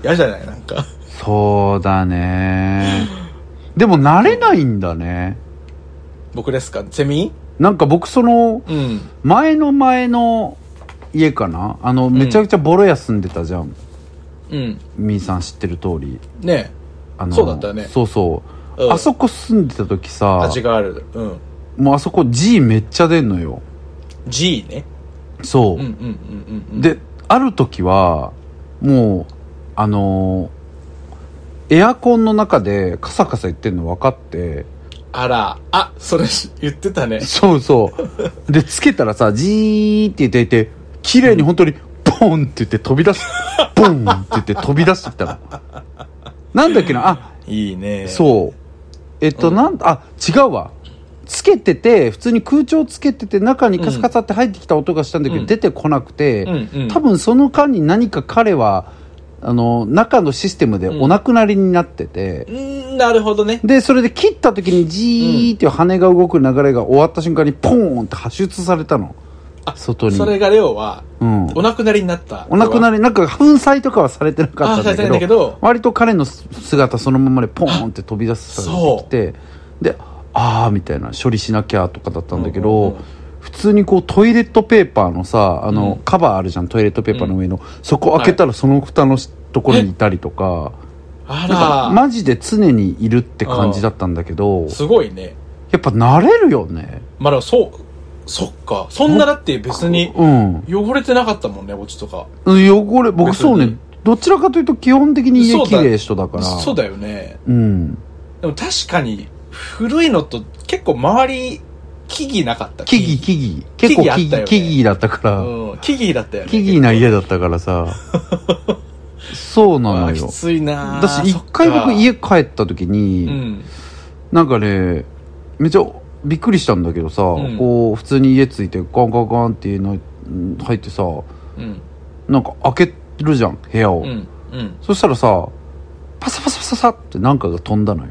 Speaker 1: 嫌じゃないなんか。
Speaker 2: そうだねでも慣れないんだね
Speaker 1: 僕ですかセミ
Speaker 2: なんか僕その
Speaker 1: うん。
Speaker 2: 前の前の家かなあのめちゃくちゃボロ屋住んでたじゃん、
Speaker 1: うん。
Speaker 2: みーさん知ってる通り
Speaker 1: ね
Speaker 2: あの
Speaker 1: そうだったよね
Speaker 2: そうそう、
Speaker 1: うん
Speaker 2: あそこ住んでた時さ
Speaker 1: 味がある。うん。
Speaker 2: もうあそこ G めっちゃ出んのよ
Speaker 1: G ね。
Speaker 2: そう、
Speaker 1: うんうんうんうんうん。、
Speaker 2: である時はもうあのーエアコンの中でカサカサ言ってんの分かって
Speaker 1: あら、あ、それ言ってたね。
Speaker 2: そうそうでつけたらさジーって言っていて綺麗に本当にポンって言って飛び出すポンって言って飛び出してきたのなんだっけなあ
Speaker 1: いいね。
Speaker 2: そうえっと、
Speaker 1: うん
Speaker 2: なんあ違うわつけてて普通に空調つけてて中にカサカサって入ってきた音がしたんだけど、
Speaker 1: うん
Speaker 2: 出てこなくて、
Speaker 1: うんうん
Speaker 2: 多分その間に何か彼はあの中のシステムで
Speaker 1: うん
Speaker 2: お亡くなりになってて
Speaker 1: う、ーん、なるほどね。
Speaker 2: でそれで切った時にジーっていう羽が動く流れが終わった瞬間にポーンって発出されたの
Speaker 1: あ
Speaker 2: 外に
Speaker 1: それがレオは、
Speaker 2: うん、
Speaker 1: お亡くなりになった。
Speaker 2: お亡くな
Speaker 1: り。
Speaker 2: りなんか粉砕とかはされてなかったんだけ
Speaker 1: あされてな
Speaker 2: ど
Speaker 1: いんだけど
Speaker 2: 割と彼の姿そのままでポーンって飛び出すされてきてでああみたいな処理しなきゃとかだったんだけど、
Speaker 1: うんうんうん
Speaker 2: 普通にこうトイレットペーパーのさあの、
Speaker 1: うん
Speaker 2: カバーあるじゃんトイレットペーパーの上の、そこ開けたらその蓋のしところにいたりとか
Speaker 1: あ、
Speaker 2: なんからマジで常にいるって感じだったんだけど
Speaker 1: すごいね。
Speaker 2: やっぱ慣れるよね
Speaker 1: まあでもそう、そっか。そんなだって別に
Speaker 2: うん
Speaker 1: 汚れてなかったもんね、落ちとか。
Speaker 2: 汚れ僕そう
Speaker 1: 別
Speaker 2: ね
Speaker 1: に
Speaker 2: どちらかというと基本的に家
Speaker 1: そう
Speaker 2: 綺
Speaker 1: だ
Speaker 2: 麗人だから
Speaker 1: そうだよね。
Speaker 2: うん
Speaker 1: でも確かに、古いのと結構周り、木々なかった。
Speaker 2: 木々木々結構木々
Speaker 1: 木々あったよね
Speaker 2: 木々だったから、
Speaker 1: 々。うん、木々だったよね。
Speaker 2: 木々な家だったからさ そうなの
Speaker 1: うわ
Speaker 2: よ
Speaker 1: きついなあ
Speaker 2: だし一回僕、家帰った時に、
Speaker 1: そっかうん。
Speaker 2: なんかねめっちゃびっくりしたんだけどさ、
Speaker 1: ん
Speaker 2: こう普通に家着いてガンガンガンっていうのうん入ってさ
Speaker 1: うん。
Speaker 2: なんか開けるじゃん部屋を、
Speaker 1: うん。うん。
Speaker 2: そしたらさパサパサパサパサってなんかが飛んだのよ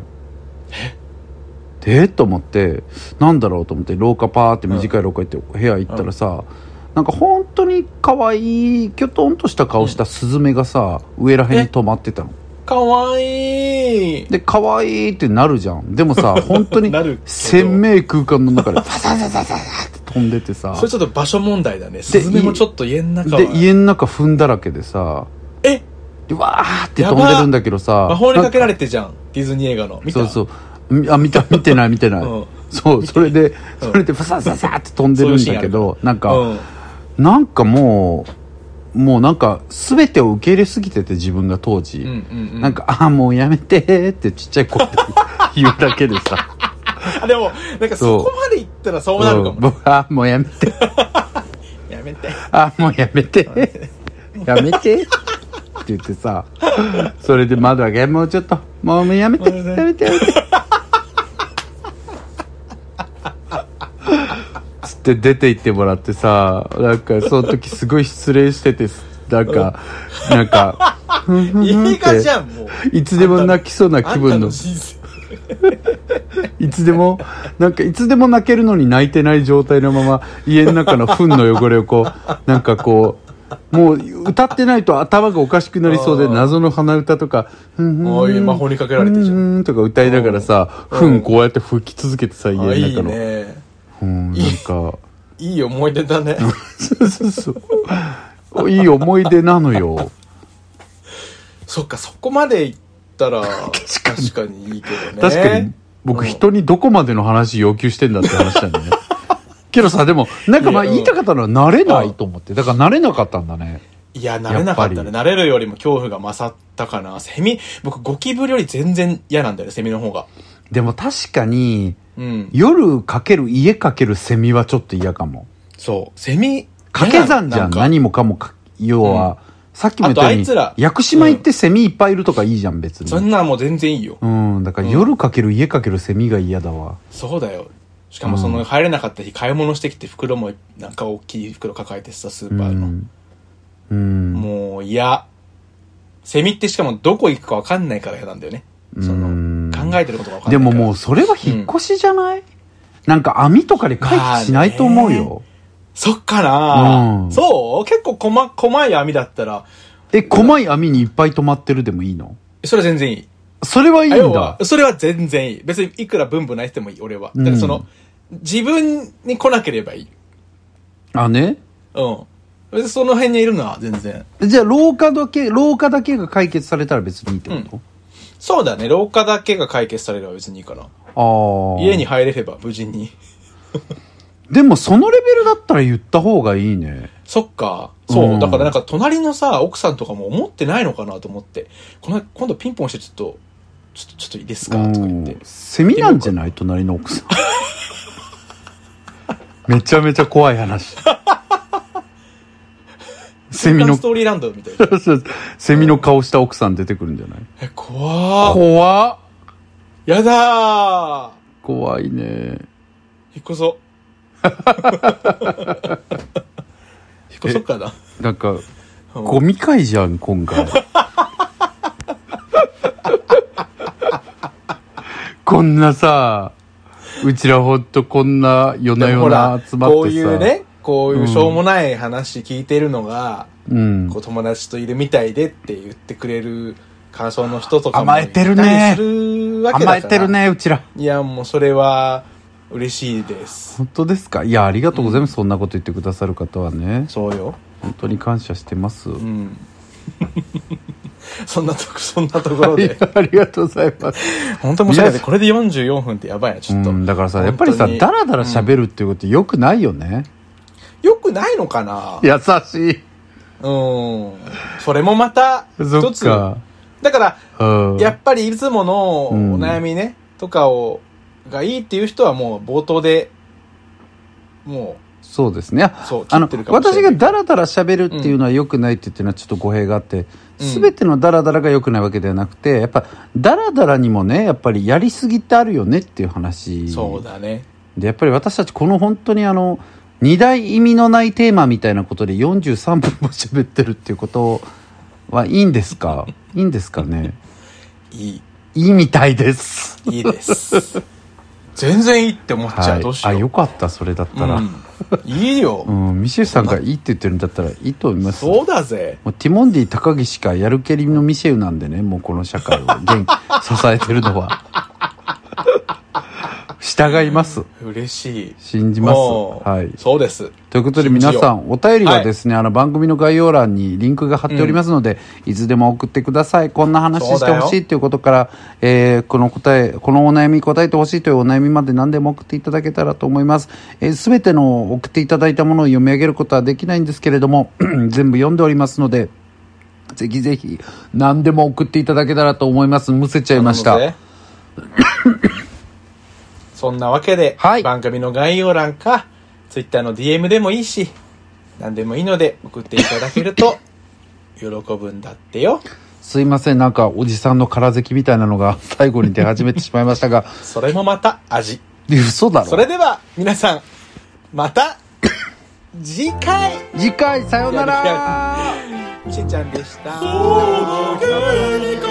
Speaker 2: えと思ってなんだろうと思って廊下パーって短い廊下行って部屋行ったらさ、なんか本当に可愛いキョトンとした顔したスズメがさ上らへんに止まってたの
Speaker 1: かわいい。
Speaker 2: で可愛いってなるじゃんで もさ本当に
Speaker 1: なるけど
Speaker 2: 鮮明空間の 中でパサパサパサパサって飛んでてさ
Speaker 1: それちょっと場所問題だね。スズメもちょっと家の中は。
Speaker 2: で家の中踏んだらけでさ
Speaker 1: え
Speaker 2: でわーって飛んでるんだけどさ
Speaker 1: 魔法にかけられてじゃん。ディズニー映画の。見た
Speaker 2: そうそうみあ見た見てない見てない、
Speaker 1: うん
Speaker 2: そうそれでそれでファサファサって飛んでるんだけどなんか、
Speaker 1: うん。
Speaker 2: なんかもうもうなんか全てを受け入れすぎてて自分が当時、
Speaker 1: うんうんうん。
Speaker 2: なんか「ああもうやめて」ってちっちゃい声で言うだけでさ
Speaker 1: あでも、なんかそこまでいったらそうなるかもね。
Speaker 2: 僕あ、もうやめて。
Speaker 1: やめて。
Speaker 2: あ、もうやめて。やめて。って言ってさ、それで窓開け、もうちょっと、もうやめて、
Speaker 1: もう
Speaker 2: や
Speaker 1: ね
Speaker 2: めて、やめて。つって出て行ってもらってさ、なんかその時すごい失礼してて、なんか、なんか、
Speaker 1: 映画じゃ ん、もう。
Speaker 2: いつでも泣きそうな
Speaker 1: あ
Speaker 2: 気
Speaker 1: んた
Speaker 2: 分の
Speaker 1: の、人生。
Speaker 2: いつでも、なんかいつでも泣けるのに泣いてない状態のまま、家の中の糞の汚れを こう、なんかこう、もう歌ってないと頭がおかしくなりそうで、
Speaker 1: あー
Speaker 2: 謎の鼻歌とか、ふんふんふん
Speaker 1: おい、魔法にかけられてるじゃん。
Speaker 2: ふんふんとか歌いながらさ、
Speaker 1: うん
Speaker 2: 糞こうやって吹き続けてさ、家の
Speaker 1: あい
Speaker 2: 中
Speaker 1: い
Speaker 2: の。
Speaker 1: ね。
Speaker 2: うん、なんか、
Speaker 1: いい思い出だね。
Speaker 2: そうそうそう。いい思い出なのよ。
Speaker 1: そっか、そこまでいったら、確かにいいけどね。
Speaker 2: 確かに、僕人にどこまでの話要求してんだって話なん だね。けどさ、でも、なんかまあ
Speaker 1: いや
Speaker 2: 言いたかったのは慣れないと思って。だから慣れなかったんだね。
Speaker 1: いや、慣れなかったね。
Speaker 2: や
Speaker 1: 慣
Speaker 2: っ
Speaker 1: れるよりも恐怖が勝ったかな。セミ、僕、ゴキブリより全然嫌なんだよね、セミの方が。
Speaker 2: でも確かに、
Speaker 1: うん。
Speaker 2: 夜かける家かけるセミはちょっと嫌かも。
Speaker 1: そう。セミ、
Speaker 2: 掛け算じ
Speaker 1: 嫌なの
Speaker 2: ゃん。
Speaker 1: なんか
Speaker 2: 何もかもか、要は、さっきも言ったよう
Speaker 1: あ
Speaker 2: に
Speaker 1: とあいつら、
Speaker 2: 屋久島行ってセミいっぱいいるとかいいじゃん、別
Speaker 1: そん
Speaker 2: に。
Speaker 1: なんもう全然いいよ。
Speaker 2: うん、だから夜かける家かけるセミが嫌だわ。
Speaker 1: そうだよ。しかもその入れなかった日、買い物してきて袋もなんか大きい袋抱えてさ、スーパーの。
Speaker 2: うん。
Speaker 1: もう嫌。セミってしかもどこ行くかわかんないから嫌なんだよね。そ
Speaker 2: うん
Speaker 1: の、考えてることがわかん
Speaker 2: で
Speaker 1: ないから。
Speaker 2: ももうそれは引っ越しじゃない、なんか網とかで回避しないと思う
Speaker 1: まあ
Speaker 2: よ。
Speaker 1: そっかな、
Speaker 2: うん
Speaker 1: そう結構こま、細い網だったら、
Speaker 2: え、細い網にいっぱい止まってるでもいいの
Speaker 1: それは全然いい。
Speaker 2: それはいいん
Speaker 1: あ要
Speaker 2: だ
Speaker 1: は。それは全然いい。別にいくら分布ない人もいい、俺は。だからその、自分に来なければいい。
Speaker 2: あ、ね
Speaker 1: うん。別にその辺にいるのは全然。
Speaker 2: じゃあ廊下だけ、廊下だけが解決されたら別にいいってこ
Speaker 1: そうだね、廊下だけが解決されれば別にいいかな。
Speaker 2: と、ああ。
Speaker 1: 家に。入れれば無事に。
Speaker 2: でもそのレベルだったら言った方がいいね。
Speaker 1: そっか。そう。
Speaker 2: うん
Speaker 1: だからなんか隣のさ、奥さんとかも思ってないのかなと思って。この今度ピンポンしてちょっと、ちょっと、ちょっといいですか
Speaker 2: う
Speaker 1: とか言って
Speaker 2: ん。。セミなんじゃない隣の 奥さん。めちゃめちゃ怖 い話。セミ
Speaker 1: 瞬間
Speaker 2: の
Speaker 1: ス、トーリーランドみたいな。
Speaker 2: セミの顔した奥さん出てくるんじゃない
Speaker 1: え、怖ー。
Speaker 2: 怖っ
Speaker 1: やだー。
Speaker 2: 怖いね。
Speaker 1: 引っ越 そう。引っ越そうかな。
Speaker 2: なんか、
Speaker 1: うん
Speaker 2: ゴミ会じゃん、今回。 こんなさ、うちらほんとこんな夜な
Speaker 1: でもほ
Speaker 2: 夜な
Speaker 1: ら
Speaker 2: 集、まってさ。
Speaker 1: こういう。ね、こういうしょうもない話聞いてるのが、
Speaker 2: うん
Speaker 1: こ。う友達といるみたいでって言ってくれる感想の人とかも
Speaker 2: 甘えてるね
Speaker 1: いたりするわけだか
Speaker 2: 甘
Speaker 1: ら
Speaker 2: えてるね、うちら。
Speaker 1: いやもうそれは嬉しいです
Speaker 2: 本当ですかいや、ありがとうございます。そんなこと言ってくださる方はね。
Speaker 1: そうよ
Speaker 2: 本当に感謝してます。
Speaker 1: うんそんなとこ そんなところ
Speaker 2: い
Speaker 1: で
Speaker 2: や ありがとうございます。
Speaker 1: 本当申し訳ないこれで44分ってやばいなち
Speaker 2: う
Speaker 1: ょっと、
Speaker 2: ん、だからさ、やっぱりさ、
Speaker 1: 本当に
Speaker 2: だらだら喋るっていうこと良くないよね。
Speaker 1: よくないのかな
Speaker 2: 優しい。
Speaker 1: うんそれもまた
Speaker 2: そ
Speaker 1: 一
Speaker 2: っ
Speaker 1: つ
Speaker 2: か
Speaker 1: だ。から
Speaker 2: うん。
Speaker 1: やっぱりいつもの
Speaker 2: うん
Speaker 1: お悩みね、とかをがいいっていう人はもう冒頭でも
Speaker 2: そうですね。
Speaker 1: そう
Speaker 2: あの
Speaker 1: 切ってる、かもしれない
Speaker 2: 私がダラダラ喋るっていうのは良くないって言ってるのはちょっと語弊があって、
Speaker 1: うん
Speaker 2: すべてのダラダラが良くないわけではなくて、やっぱ、ダラダラにもね、やっぱりやりすぎってあるよねっていう
Speaker 1: う
Speaker 2: 話。
Speaker 1: そうだね
Speaker 2: で、やっぱり私たちこの本当にあの、二大意味のないテーマみたいなことで43分も喋ってるっていうことはいいんで すかいいんですかね
Speaker 1: いい
Speaker 2: いいみたいです。
Speaker 1: いいです。全然いいって思っちゃう。
Speaker 2: い
Speaker 1: どう。しよ
Speaker 2: あ、
Speaker 1: う。
Speaker 2: よかった、それだったら。う、
Speaker 1: うんん、いいよ、
Speaker 2: ミシェルさんがいいって言ってるんだったらいいと思います。
Speaker 1: そうだぜ。
Speaker 2: もうティモンディ高岸しかやる気りのミシェウなんでね、もうこの社会を元気、支えてるのは。従います。
Speaker 1: 嬉しい。
Speaker 2: 信じます。
Speaker 1: おー
Speaker 2: はい。
Speaker 1: そうです。
Speaker 2: ということで
Speaker 1: 信じよ
Speaker 2: 皆
Speaker 1: う
Speaker 2: さん、お便りはですね、あの番組の概要欄にリンクが貼っておりますので、いつでも送ってください。こんな話してほしいということから、えーこの答え、このお悩みに答えてほしいというお悩みまで何でも送っていただけたらと思います。えー、すべての送っていただいたものを読み上げることはできないんですけれども、 全部読んでおりますので、ぜひぜひ何でも送っていただけたらと思います。むせちゃいました。
Speaker 1: なのでそんなわけで、
Speaker 2: はい
Speaker 1: 番組の概要欄か、ツイッターの DM でもいいし、何でもいいので送っていただける と、喜ぶんだってよ。
Speaker 2: すいません、なんかおじさんの空咳みたいなのが最後に出始めてしまいましたが、
Speaker 1: それもまた味。
Speaker 2: 嘘だろ。
Speaker 1: それでは、皆さん、また、次回
Speaker 2: 次回さようない
Speaker 1: やい
Speaker 2: ら
Speaker 1: しーちゃんでした。
Speaker 4: そうだけにか